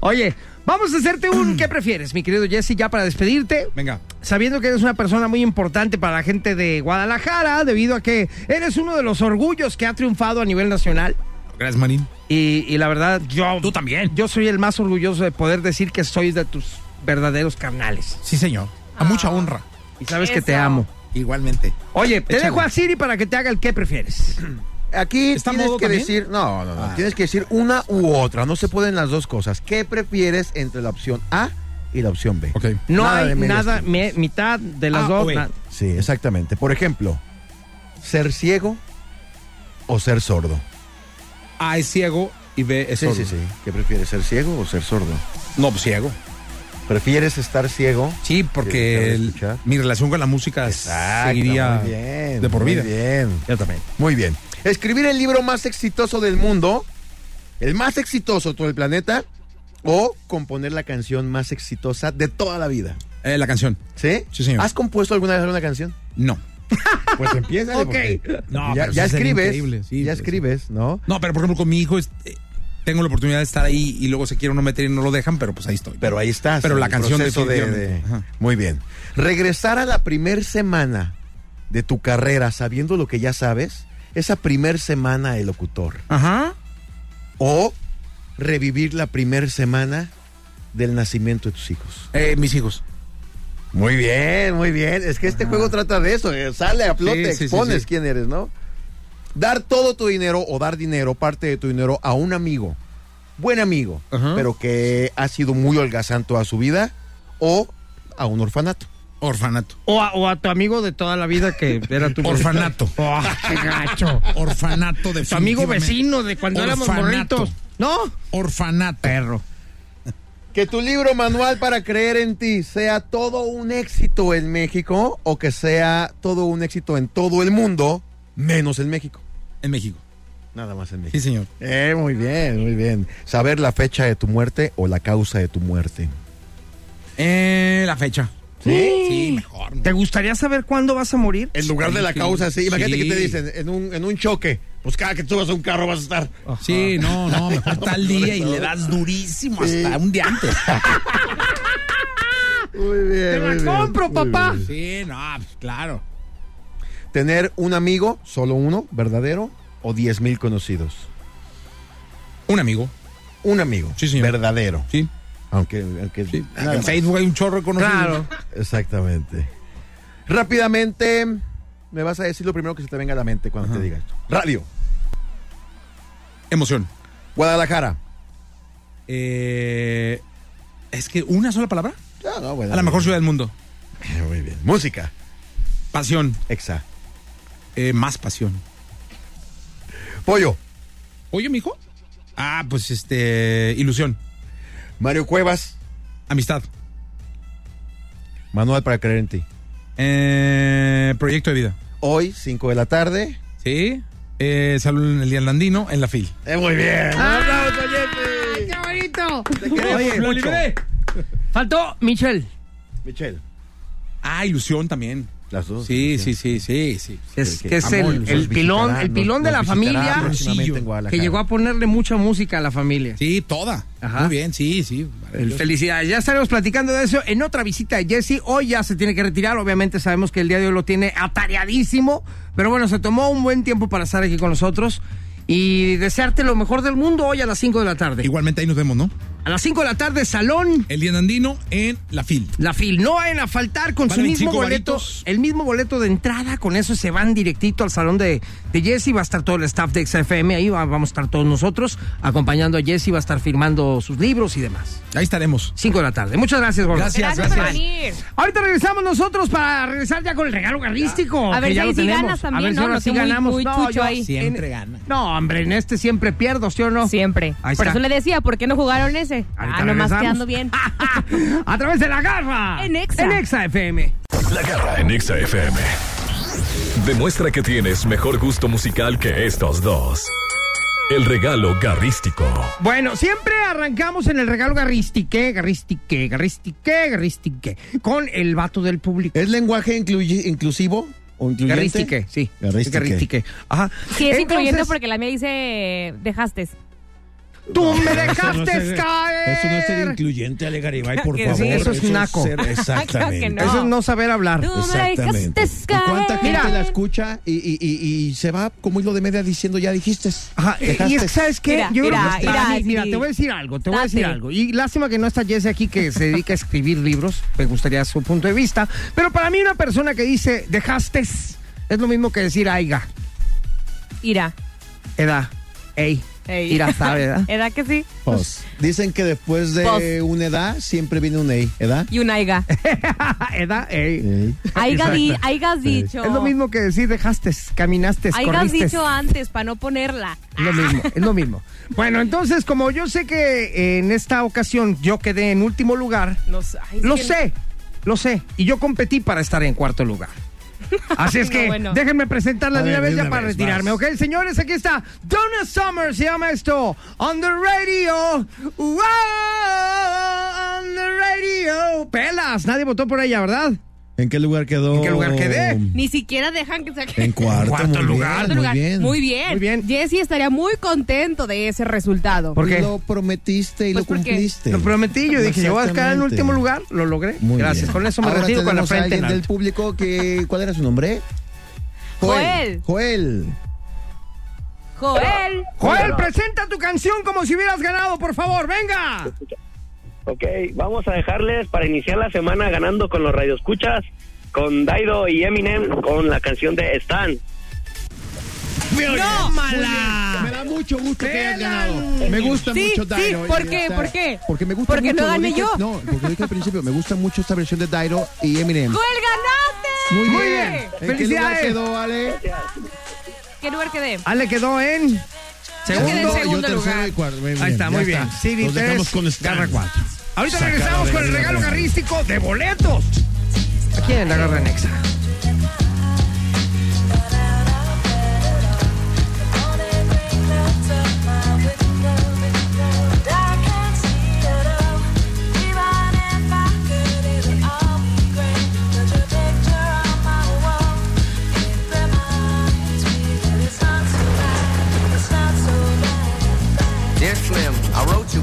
Speaker 2: Oye, vamos a hacerte un ¿qué prefieres, mi querido Jesse? Ya para despedirte.
Speaker 1: Venga.
Speaker 2: Sabiendo que eres una persona muy importante para la gente de Guadalajara, debido a que eres uno de los orgullos que ha triunfado a nivel nacional.
Speaker 1: Gracias, Marín.
Speaker 2: Y, y la verdad, yo. Tú también. Yo soy el más orgulloso de poder decir que soy de tus verdaderos carnales.
Speaker 1: Sí, señor.
Speaker 4: Ah.
Speaker 1: A mucha honra.
Speaker 2: Y sabes que te amo.
Speaker 1: Igualmente.
Speaker 2: Oye, te
Speaker 1: Échale.
Speaker 2: dejo a Siri para que te haga el qué prefieres.
Speaker 4: Aquí tienes
Speaker 2: modo
Speaker 4: que
Speaker 2: también?
Speaker 4: decir, no, no, no,
Speaker 1: Ah.
Speaker 4: tienes que decir una u otra, no se pueden las dos cosas. ¿Qué prefieres entre la opción A y la opción B?
Speaker 2: No
Speaker 4: de
Speaker 2: hay
Speaker 4: medias
Speaker 2: nada,
Speaker 4: tintas.
Speaker 2: me- mitad de las dos. na-
Speaker 4: Sí, exactamente. Por ejemplo, ser ciego o ser sordo.
Speaker 1: A es ciego y B es
Speaker 4: Sí,
Speaker 1: sordo.
Speaker 4: sí, sí. ¿Qué prefieres, ser ciego o ser sordo?
Speaker 1: No, pues ciego.
Speaker 4: ¿Prefieres estar ciego?
Speaker 1: Sí,
Speaker 4: Que
Speaker 1: porque el-
Speaker 4: escuchar.
Speaker 1: mi relación con la música seguiría
Speaker 4: muy bien,
Speaker 1: de por
Speaker 4: muy
Speaker 1: vida.
Speaker 4: bien.
Speaker 1: Yo también.
Speaker 4: Muy bien. Escribir el libro más exitoso del mundo, el más exitoso de todo el planeta, o componer la canción más exitosa de toda la vida.
Speaker 1: Eh, la canción.
Speaker 4: ¿Sí?
Speaker 1: Sí, señor.
Speaker 4: ¿Has compuesto alguna vez alguna canción?
Speaker 1: No.
Speaker 4: Pues empieza.
Speaker 2: Ok.
Speaker 1: No,
Speaker 4: ya
Speaker 1: pero
Speaker 4: ya
Speaker 1: sí sería increíble,
Speaker 4: escribes.
Speaker 1: sí,
Speaker 4: ya
Speaker 1: pues,
Speaker 4: escribes, ¿no?
Speaker 1: No, pero por ejemplo, con mi hijo es- eh, tengo la oportunidad de estar ahí y luego se quiere uno meter y no lo dejan, pero pues ahí estoy.
Speaker 4: Pero ahí estás.
Speaker 1: Pero
Speaker 4: en
Speaker 1: la
Speaker 4: el
Speaker 1: canción
Speaker 4: proceso de-
Speaker 1: definitivamente.
Speaker 4: de-
Speaker 1: Ajá.
Speaker 4: Muy bien. Regresar a la primer semana de tu carrera sabiendo lo que ya sabes, esa primer semana de locutor.
Speaker 2: Ajá.
Speaker 4: O revivir la primer semana del nacimiento de tus hijos.
Speaker 1: Eh, mis hijos.
Speaker 4: Muy bien, muy bien. Es que este juego trata de eso. eh, Sale a flote,
Speaker 1: Sí, sí, sí,
Speaker 4: expones
Speaker 1: sí.
Speaker 4: quién eres, ¿no? Dar todo tu dinero o dar dinero, parte de tu dinero, a un amigo, buen amigo, pero que ha sido muy holgazán toda su vida, o a un orfanato.
Speaker 1: Orfanato.
Speaker 2: O a, o a tu amigo de toda la vida que era tu
Speaker 1: Orfanato.
Speaker 2: Oh, qué gacho.
Speaker 1: Orfanato de
Speaker 2: Tu amigo vecino de cuando éramos morritos. ¿No?
Speaker 1: Orfanato.
Speaker 2: Perro.
Speaker 4: Que tu libro manual para creer en ti sea todo un éxito en México o que sea todo un éxito en todo el mundo, menos en México.
Speaker 1: En México.
Speaker 4: Nada más en México.
Speaker 1: Sí, señor.
Speaker 4: Eh, muy bien, muy bien. Saber la fecha de tu muerte o la causa de tu muerte.
Speaker 1: Eh, la fecha.
Speaker 4: ¿Sí?
Speaker 1: Sí, mejor.
Speaker 2: ¿Te gustaría saber cuándo vas a morir?
Speaker 4: En lugar de la
Speaker 1: Sí,
Speaker 4: causa, sí. Imagínate
Speaker 1: sí.
Speaker 4: que te dicen en un, en un choque. Pues cada que tú vas a un carro vas a estar.
Speaker 1: Sí, no, no, mejor tal día y le das durísimo hasta un día antes.
Speaker 4: Muy bien.
Speaker 2: Te la compro, papá.
Speaker 1: Sí, no, pues, claro.
Speaker 4: Tener un amigo, solo uno, verdadero, o diez mil conocidos.
Speaker 1: Un amigo,
Speaker 4: Un amigo.
Speaker 1: Sí, señor.
Speaker 4: Verdadero.
Speaker 1: sí.
Speaker 4: Aunque. aunque
Speaker 1: sí.
Speaker 4: nada
Speaker 1: en
Speaker 4: más.
Speaker 1: Facebook hay un chorro conocido.
Speaker 2: Claro.
Speaker 4: Exactamente. Rápidamente, me vas a decir lo primero que se te venga a la mente cuando te diga esto. Radio.
Speaker 1: Emoción.
Speaker 4: Guadalajara.
Speaker 1: Eh, es que una sola palabra.
Speaker 4: Ah, no, bueno.
Speaker 1: A la mejor ciudad del mundo.
Speaker 4: Muy bien. Música.
Speaker 1: Pasión.
Speaker 4: Exa.
Speaker 1: Eh, más pasión.
Speaker 4: Pollo.
Speaker 1: Oye, mijo. Ah, pues este. Ilusión.
Speaker 4: Mario Cuevas.
Speaker 1: Amistad.
Speaker 4: Manual para creer en ti.
Speaker 1: Eh, proyecto de vida.
Speaker 4: Hoy, 5 de la tarde.
Speaker 1: Sí. Eh, salud en el día andino en la fil.
Speaker 4: Eh, muy bien.
Speaker 2: ¡Ay, qué bonito!
Speaker 4: Te queremos
Speaker 2: Oye,
Speaker 4: mucho.
Speaker 2: Faltó Michelle.
Speaker 4: Michelle.
Speaker 1: Ah, ilusión también.
Speaker 4: Las dos.
Speaker 1: Sí, sí, sí, sí, sí.
Speaker 2: Es,
Speaker 4: Que-
Speaker 2: que es
Speaker 4: Amor,
Speaker 2: el,
Speaker 4: nos
Speaker 2: el pilón,
Speaker 4: visitará,
Speaker 2: el pilón
Speaker 4: nos-
Speaker 2: de la
Speaker 4: nos visitará
Speaker 2: familia
Speaker 4: próximamente en
Speaker 2: que
Speaker 4: Guadalajara.
Speaker 2: llegó a ponerle mucha música a la familia.
Speaker 1: Sí, toda.
Speaker 2: Ajá.
Speaker 1: Muy bien, sí, sí.
Speaker 2: El felicidades. Ya estaremos platicando de eso en otra visita de Jesse. Hoy ya se tiene que retirar. Obviamente sabemos que el día de hoy lo tiene atareadísimo. Pero bueno, se tomó un buen tiempo para estar aquí con nosotros. Y desearte lo mejor del mundo hoy a las 5 de la tarde.
Speaker 1: Igualmente ahí nos vemos, ¿no?
Speaker 2: A las 5 de la tarde, Salón.
Speaker 17: El Día Andino en La Fil.
Speaker 2: La Fil. No vayan a faltar con
Speaker 17: Vale
Speaker 2: su mismo
Speaker 17: 25
Speaker 2: boleto.
Speaker 17: varitos.
Speaker 2: El mismo boleto de entrada. Con eso se van directito al Salón de, de Jesse. Va a estar todo el staff de XFM. Ahí va- vamos a estar todos nosotros acompañando a Jesse. Va a estar firmando sus libros y demás.
Speaker 17: Ahí estaremos.
Speaker 2: 5 de la tarde. Muchas gracias, Gordo.
Speaker 17: Gracias,
Speaker 3: Gracias por
Speaker 17: gracias.
Speaker 3: venir.
Speaker 2: Ahorita regresamos nosotros para regresar ya con el regalo garrístico.
Speaker 3: A
Speaker 2: que
Speaker 3: ver si
Speaker 2: ya
Speaker 3: ahí
Speaker 2: lo
Speaker 3: sí
Speaker 2: tenemos.
Speaker 3: ganas también,
Speaker 2: A ver si
Speaker 3: ¿no?
Speaker 2: ahora
Speaker 3: Lo
Speaker 2: sí
Speaker 3: tengo muy-
Speaker 2: ganamos.
Speaker 3: muy
Speaker 2: no,
Speaker 3: chucho ahí.
Speaker 17: Siempre
Speaker 2: gana. No, hombre, en este siempre pierdo, ¿sí o no?
Speaker 3: Siempre.
Speaker 2: Ahí
Speaker 3: Por
Speaker 2: está.
Speaker 3: eso le decía, ¿por qué no jugaron ese?
Speaker 2: Ahorita
Speaker 3: ah, nomás
Speaker 2: regresamos.
Speaker 3: quedando bien.
Speaker 2: A través de la garra.
Speaker 3: En Exa.
Speaker 2: En Exa FM.
Speaker 4: La garra en Exa FM. Demuestra que tienes mejor gusto musical que estos dos. El regalo garrístico.
Speaker 2: Bueno, siempre arrancamos en el regalo garristique, garristique, garristique, garristique, con el vato del público.
Speaker 1: ¿Es lenguaje incluy- inclusivo o incluyente?
Speaker 2: Garristique, sí.
Speaker 1: Garristique.
Speaker 2: Garristique. Ajá.
Speaker 3: Sí, es incluyente
Speaker 2: Entonces,
Speaker 3: porque la mía dice, dejaste.
Speaker 2: Tú me
Speaker 18: Eso no es
Speaker 2: dejaste
Speaker 18: ser-
Speaker 2: caer.
Speaker 18: Eso no es ser incluyente, Ale Garibay, por
Speaker 2: Que
Speaker 18: favor.
Speaker 2: sí, eso es naco.
Speaker 18: ser- exactamente.
Speaker 2: Eso es no saber hablar.
Speaker 3: Tú me
Speaker 18: Exactamente.
Speaker 3: dejaste
Speaker 1: ¿Y ¿Cuánta
Speaker 3: caer.
Speaker 1: gente
Speaker 3: Mira.
Speaker 1: la escucha y, y- y- y se va como hilo de media diciendo ya dijiste?
Speaker 2: Ajá, y- y es que, ¿sabes qué?
Speaker 3: Mira,
Speaker 2: Yo creo
Speaker 3: mira,
Speaker 2: que para
Speaker 3: mira,
Speaker 2: mí- mira,
Speaker 3: sí.
Speaker 2: te voy a decir algo, te voy a
Speaker 3: Date.
Speaker 2: decir algo. Y lástima que no está Jesse aquí que se dedica a escribir libros, me gustaría su punto de vista. Pero para mí una persona que dice, dejaste, es lo mismo que decir, aiga,
Speaker 3: Ira.
Speaker 2: edad, ey,
Speaker 3: Ey.
Speaker 2: ira, sabe, ¿verdad?
Speaker 3: ¿Edad que sí?
Speaker 1: Pos. Dicen que después de
Speaker 3: Pos.
Speaker 1: una edad siempre viene un EI, ¿edad?
Speaker 3: Y un aiga.
Speaker 2: edad, ey.
Speaker 1: Ey.
Speaker 3: Aiga di-
Speaker 2: Exacto.
Speaker 3: aigas dicho.
Speaker 2: Es lo mismo que decir, dejaste, caminaste,
Speaker 3: Aigas
Speaker 2: corriste.
Speaker 3: dicho antes para no ponerla.
Speaker 2: Es lo mismo, es lo mismo. Bueno, entonces, como yo sé que en esta ocasión yo quedé en último lugar,
Speaker 3: No sé. ay, es
Speaker 2: Lo
Speaker 3: que-
Speaker 2: sé, lo sé. Y yo competí para estar en cuarto lugar. Así es
Speaker 3: No,
Speaker 2: que
Speaker 3: bueno.
Speaker 2: déjenme presentarla
Speaker 18: A
Speaker 2: de una
Speaker 18: ver, de
Speaker 2: vez ya
Speaker 18: una
Speaker 2: para
Speaker 18: vez,
Speaker 2: retirarme,
Speaker 18: vas.
Speaker 2: ¿ok? Señores, aquí está Donna Summer, se llama esto. On the radio. Wow, on the radio. Pelas, nadie votó por ella, ¿verdad?
Speaker 1: ¿En qué lugar quedó?
Speaker 2: ¿En qué lugar quedé?
Speaker 3: Ni siquiera dejan que saque.
Speaker 1: En cuarto,
Speaker 2: Cuarto
Speaker 1: muy bien,
Speaker 2: lugar.
Speaker 3: Cuarto
Speaker 1: muy
Speaker 3: lugar.
Speaker 1: bien.
Speaker 3: Muy bien.
Speaker 2: Muy bien.
Speaker 3: Jesse estaría muy contento de ese resultado.
Speaker 2: ¿Por qué?
Speaker 1: Lo prometiste y
Speaker 3: Pues
Speaker 1: lo
Speaker 3: porque-
Speaker 1: cumpliste.
Speaker 2: Lo prometí, yo dije, yo voy a quedar en
Speaker 1: Exactamente.
Speaker 2: último lugar, lo logré.
Speaker 1: Muy
Speaker 2: Gracias,
Speaker 1: bien.
Speaker 2: con eso me
Speaker 1: Ahora
Speaker 2: retiro con la
Speaker 1: tenemos a
Speaker 2: frente en
Speaker 1: alguien del
Speaker 2: alto.
Speaker 1: público que ¿cuál era su nombre?
Speaker 3: Joel.
Speaker 1: Joel.
Speaker 3: Joel.
Speaker 2: Joel, presenta tu canción como si hubieras ganado, por favor, venga.
Speaker 6: Ok, vamos a dejarles para iniciar la semana ganando con los radioescuchas, con Daido y Eminem, con la canción de Stan.
Speaker 2: ¡No,
Speaker 1: Me da mucho gusto que hayas
Speaker 2: Pelan.
Speaker 1: ganado. Me gusta
Speaker 3: Sí,
Speaker 1: mucho
Speaker 3: sí,
Speaker 1: Dairo.
Speaker 3: ¿por
Speaker 1: y
Speaker 3: qué?
Speaker 1: esta-
Speaker 3: ¿Por qué?
Speaker 1: Porque me gusta
Speaker 3: Porque
Speaker 1: mucho.
Speaker 3: no
Speaker 1: lo
Speaker 3: gané
Speaker 1: dije-
Speaker 3: yo.
Speaker 1: No, porque lo dije al principio. Me gusta mucho esta versión de Dairo y Eminem.
Speaker 3: Joel, ganaste.
Speaker 1: Muy bien. ¿En qué lugar
Speaker 2: Felicidades.
Speaker 1: quedó, Ale?
Speaker 3: ¿Qué lugar quedé?
Speaker 2: Ale Ah, quedó en
Speaker 3: Yo quedé en
Speaker 2: segundo.
Speaker 3: segundo
Speaker 1: yo tercero
Speaker 3: lugar.
Speaker 1: y cuarto. Muy
Speaker 2: Ahí está, muy
Speaker 1: ya
Speaker 2: bien. Siri
Speaker 1: Nos
Speaker 2: tres,
Speaker 1: dejamos con este Stan.
Speaker 2: garra cuatro. Ahorita
Speaker 1: Sacado
Speaker 2: regresamos
Speaker 1: de
Speaker 2: con el
Speaker 1: la
Speaker 2: regalo
Speaker 1: garra.
Speaker 2: garrístico de boletos. Aquí en la garra Nexa.
Speaker 7: Dear Slim, I wrote you,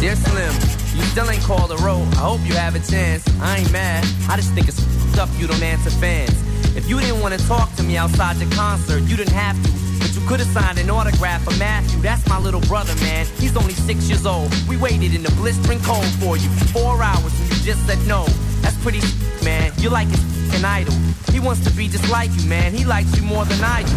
Speaker 7: Dear Slim, you still ain't called a roll. I hope you have a chance. I ain't mad. I just think it's stuff you don't answer fans. If you didn't want to talk to me outside your concert, you didn't have to. But you could have signed an autograph for Matthew. That's my little brother, man. He's only six years old. We waited in the blistering cold for you for four hours and you just said no.
Speaker 2: That's pretty, s- man. You like it, an idol. He wants to be just like you, man. He likes you more than I do.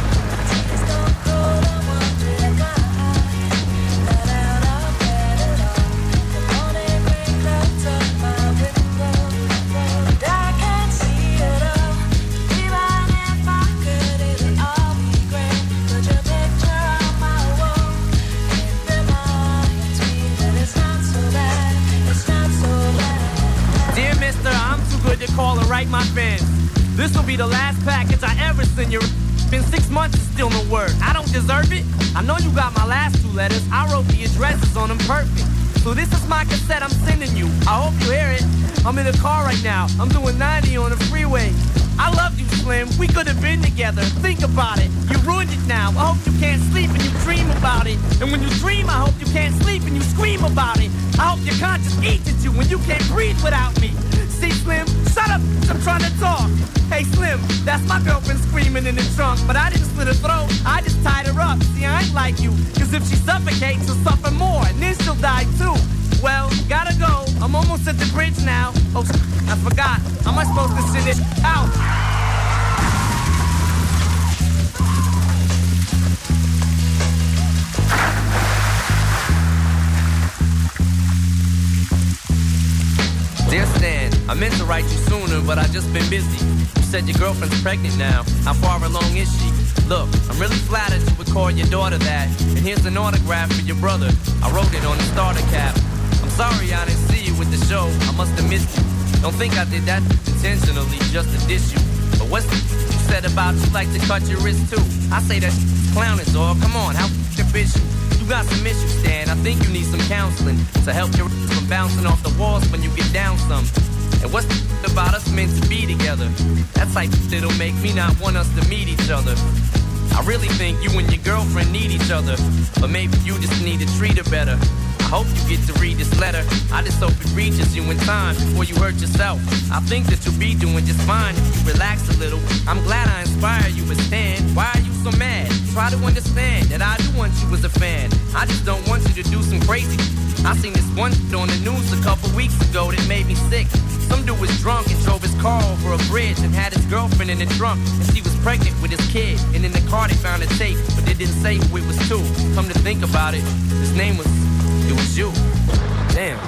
Speaker 2: Dear mister, I'm too good to call and write my fans. This will be the last package I ever send you. Been six months and still no word. I don't deserve it. I know you got my last two letters. I wrote the addresses on them perfect. So this is my cassette I'm sending you. I hope you hear it. I'm in a car right now. I'm doing 90 on the freeway. I love you, Slim. We could have been together. Think about it. You ruined it now. I hope you can't sleep and you dream about it. And when you dream, I hope you can't sleep and you scream about it. I hope your conscience eats at you when you can't breathe without me. See, Slim, shut up. 'cause I'm trying to talk. Hey, Slim, that's my girlfriend screaming in the trunk. But I didn't slit her throat. I just tied her up. See, I ain't like you. Cause if she suffocates, she'll suffer more. And then she'll die too. Well, gotta go. I'm almost at the bridge now. Oh, I forgot. How am I supposed to send it out? Dear Stan, I meant to write you sooner, but I just been busy. You said your girlfriend's pregnant now. How far along is she? Look, I'm really flattered you would call your daughter that. And here's an autograph for your brother. I wrote it on the starter cap. I'm sorry I didn't see you with the show. I must have missed you. Don't think I did that intentionally just to diss you. But what's the you said about you like to cut your wrist too? I say that clown is all. Come on, how your bitch you? You got some issues, Stan. I think you need some counseling to help your from bouncing off the walls when you get down some. And what's the about us meant to be together? That's like that'll make me not want us to meet each other. I really think you and your girlfriend need each other, but maybe you just need to treat her better. I hope you get to read this letter. I just hope it reaches you in time before you hurt yourself. I think that you'll be doing just fine if you relax a little. I'm glad I inspired you, but Stan, why are you so mad? Try to understand that I do want you as a fan. I just don't want you to do some crazy. I seen this one on the news a couple weeks ago that made me sick. Some dude was drunk and drove his car over a bridge and had his girlfriend in the trunk, and she was pregnant with his kid. And in the car they found a tape, but they didn't say who it was to. Come to think about it, his name was it was you. Damn.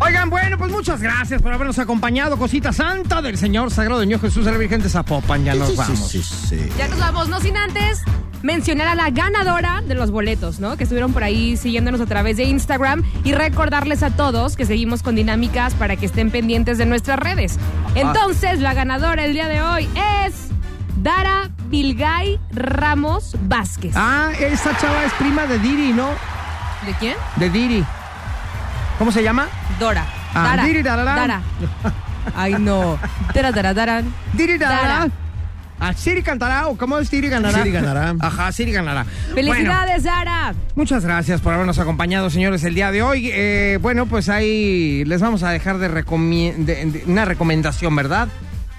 Speaker 19: Oigan, bueno, pues muchas gracias por habernos acompañado. Cosita Santa del Señor Sagrado de Niño Jesús de la Virgen de Zapopan. Ya nos vamos.
Speaker 3: Ya nos vamos, no sin antes mencionar a la ganadora de los boletos, ¿no? Que estuvieron por ahí siguiéndonos a través de Instagram y recordarles a todos que seguimos con dinámicas para que estén pendientes de nuestras redes.
Speaker 19: Ah.
Speaker 3: Entonces, la ganadora el día de hoy es Dara Bilgay Ramos Vázquez.
Speaker 19: Ah, esa chava es prima de Diri, ¿no?
Speaker 3: ¿De quién?
Speaker 19: De Diri. ¿Cómo se llama?
Speaker 3: Dora.
Speaker 19: Ah,
Speaker 3: Dara.
Speaker 19: Diri Dararán.
Speaker 3: Dara. Ay, no. Dara, Dara, Dara.
Speaker 19: Diri
Speaker 3: Dara.
Speaker 19: Darará. Ah, Siri cantará o cómo es Siri ganará.
Speaker 3: Siri ganará.
Speaker 19: Ajá, Siri ganará. Bueno,
Speaker 3: ¡Felicidades, Dara!
Speaker 19: Muchas gracias por habernos acompañado, señores, el día de hoy. Eh, bueno, pues ahí les vamos a dejar de, recomi- de- de- una recomendación, ¿verdad?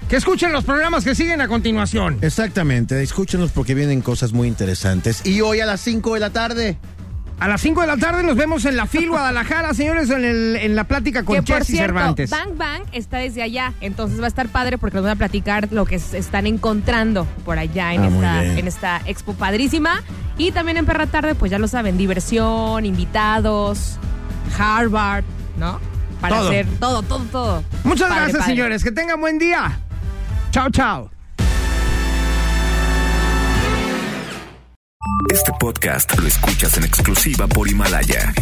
Speaker 19: Que escuchen los programas que siguen a continuación.
Speaker 1: Exactamente, escúchenos porque vienen cosas muy interesantes. Y hoy a las 5 de la tarde.
Speaker 19: A las 5 de la tarde nos vemos en la FIL Guadalajara, señores, en, el- en la plática con
Speaker 3: que por
Speaker 19: Jesse
Speaker 3: cierto,
Speaker 19: Cervantes.
Speaker 3: Bang Bang está desde allá, entonces va a estar padre porque nos van a platicar lo que se están encontrando por allá en,
Speaker 19: Ah, muy
Speaker 3: esta,
Speaker 19: bien.
Speaker 3: en esta expo padrísima. Y también en Perra Tarde, pues ya lo saben, diversión, invitados, Harvard, ¿no? Para
Speaker 19: Todo.
Speaker 3: hacer todo, todo, todo.
Speaker 19: Muchas
Speaker 3: Padre,
Speaker 19: gracias,
Speaker 3: padre.
Speaker 19: señores. Que tengan buen día. Chao, chao.
Speaker 11: Este podcast lo escuchas en exclusiva por Himalaya.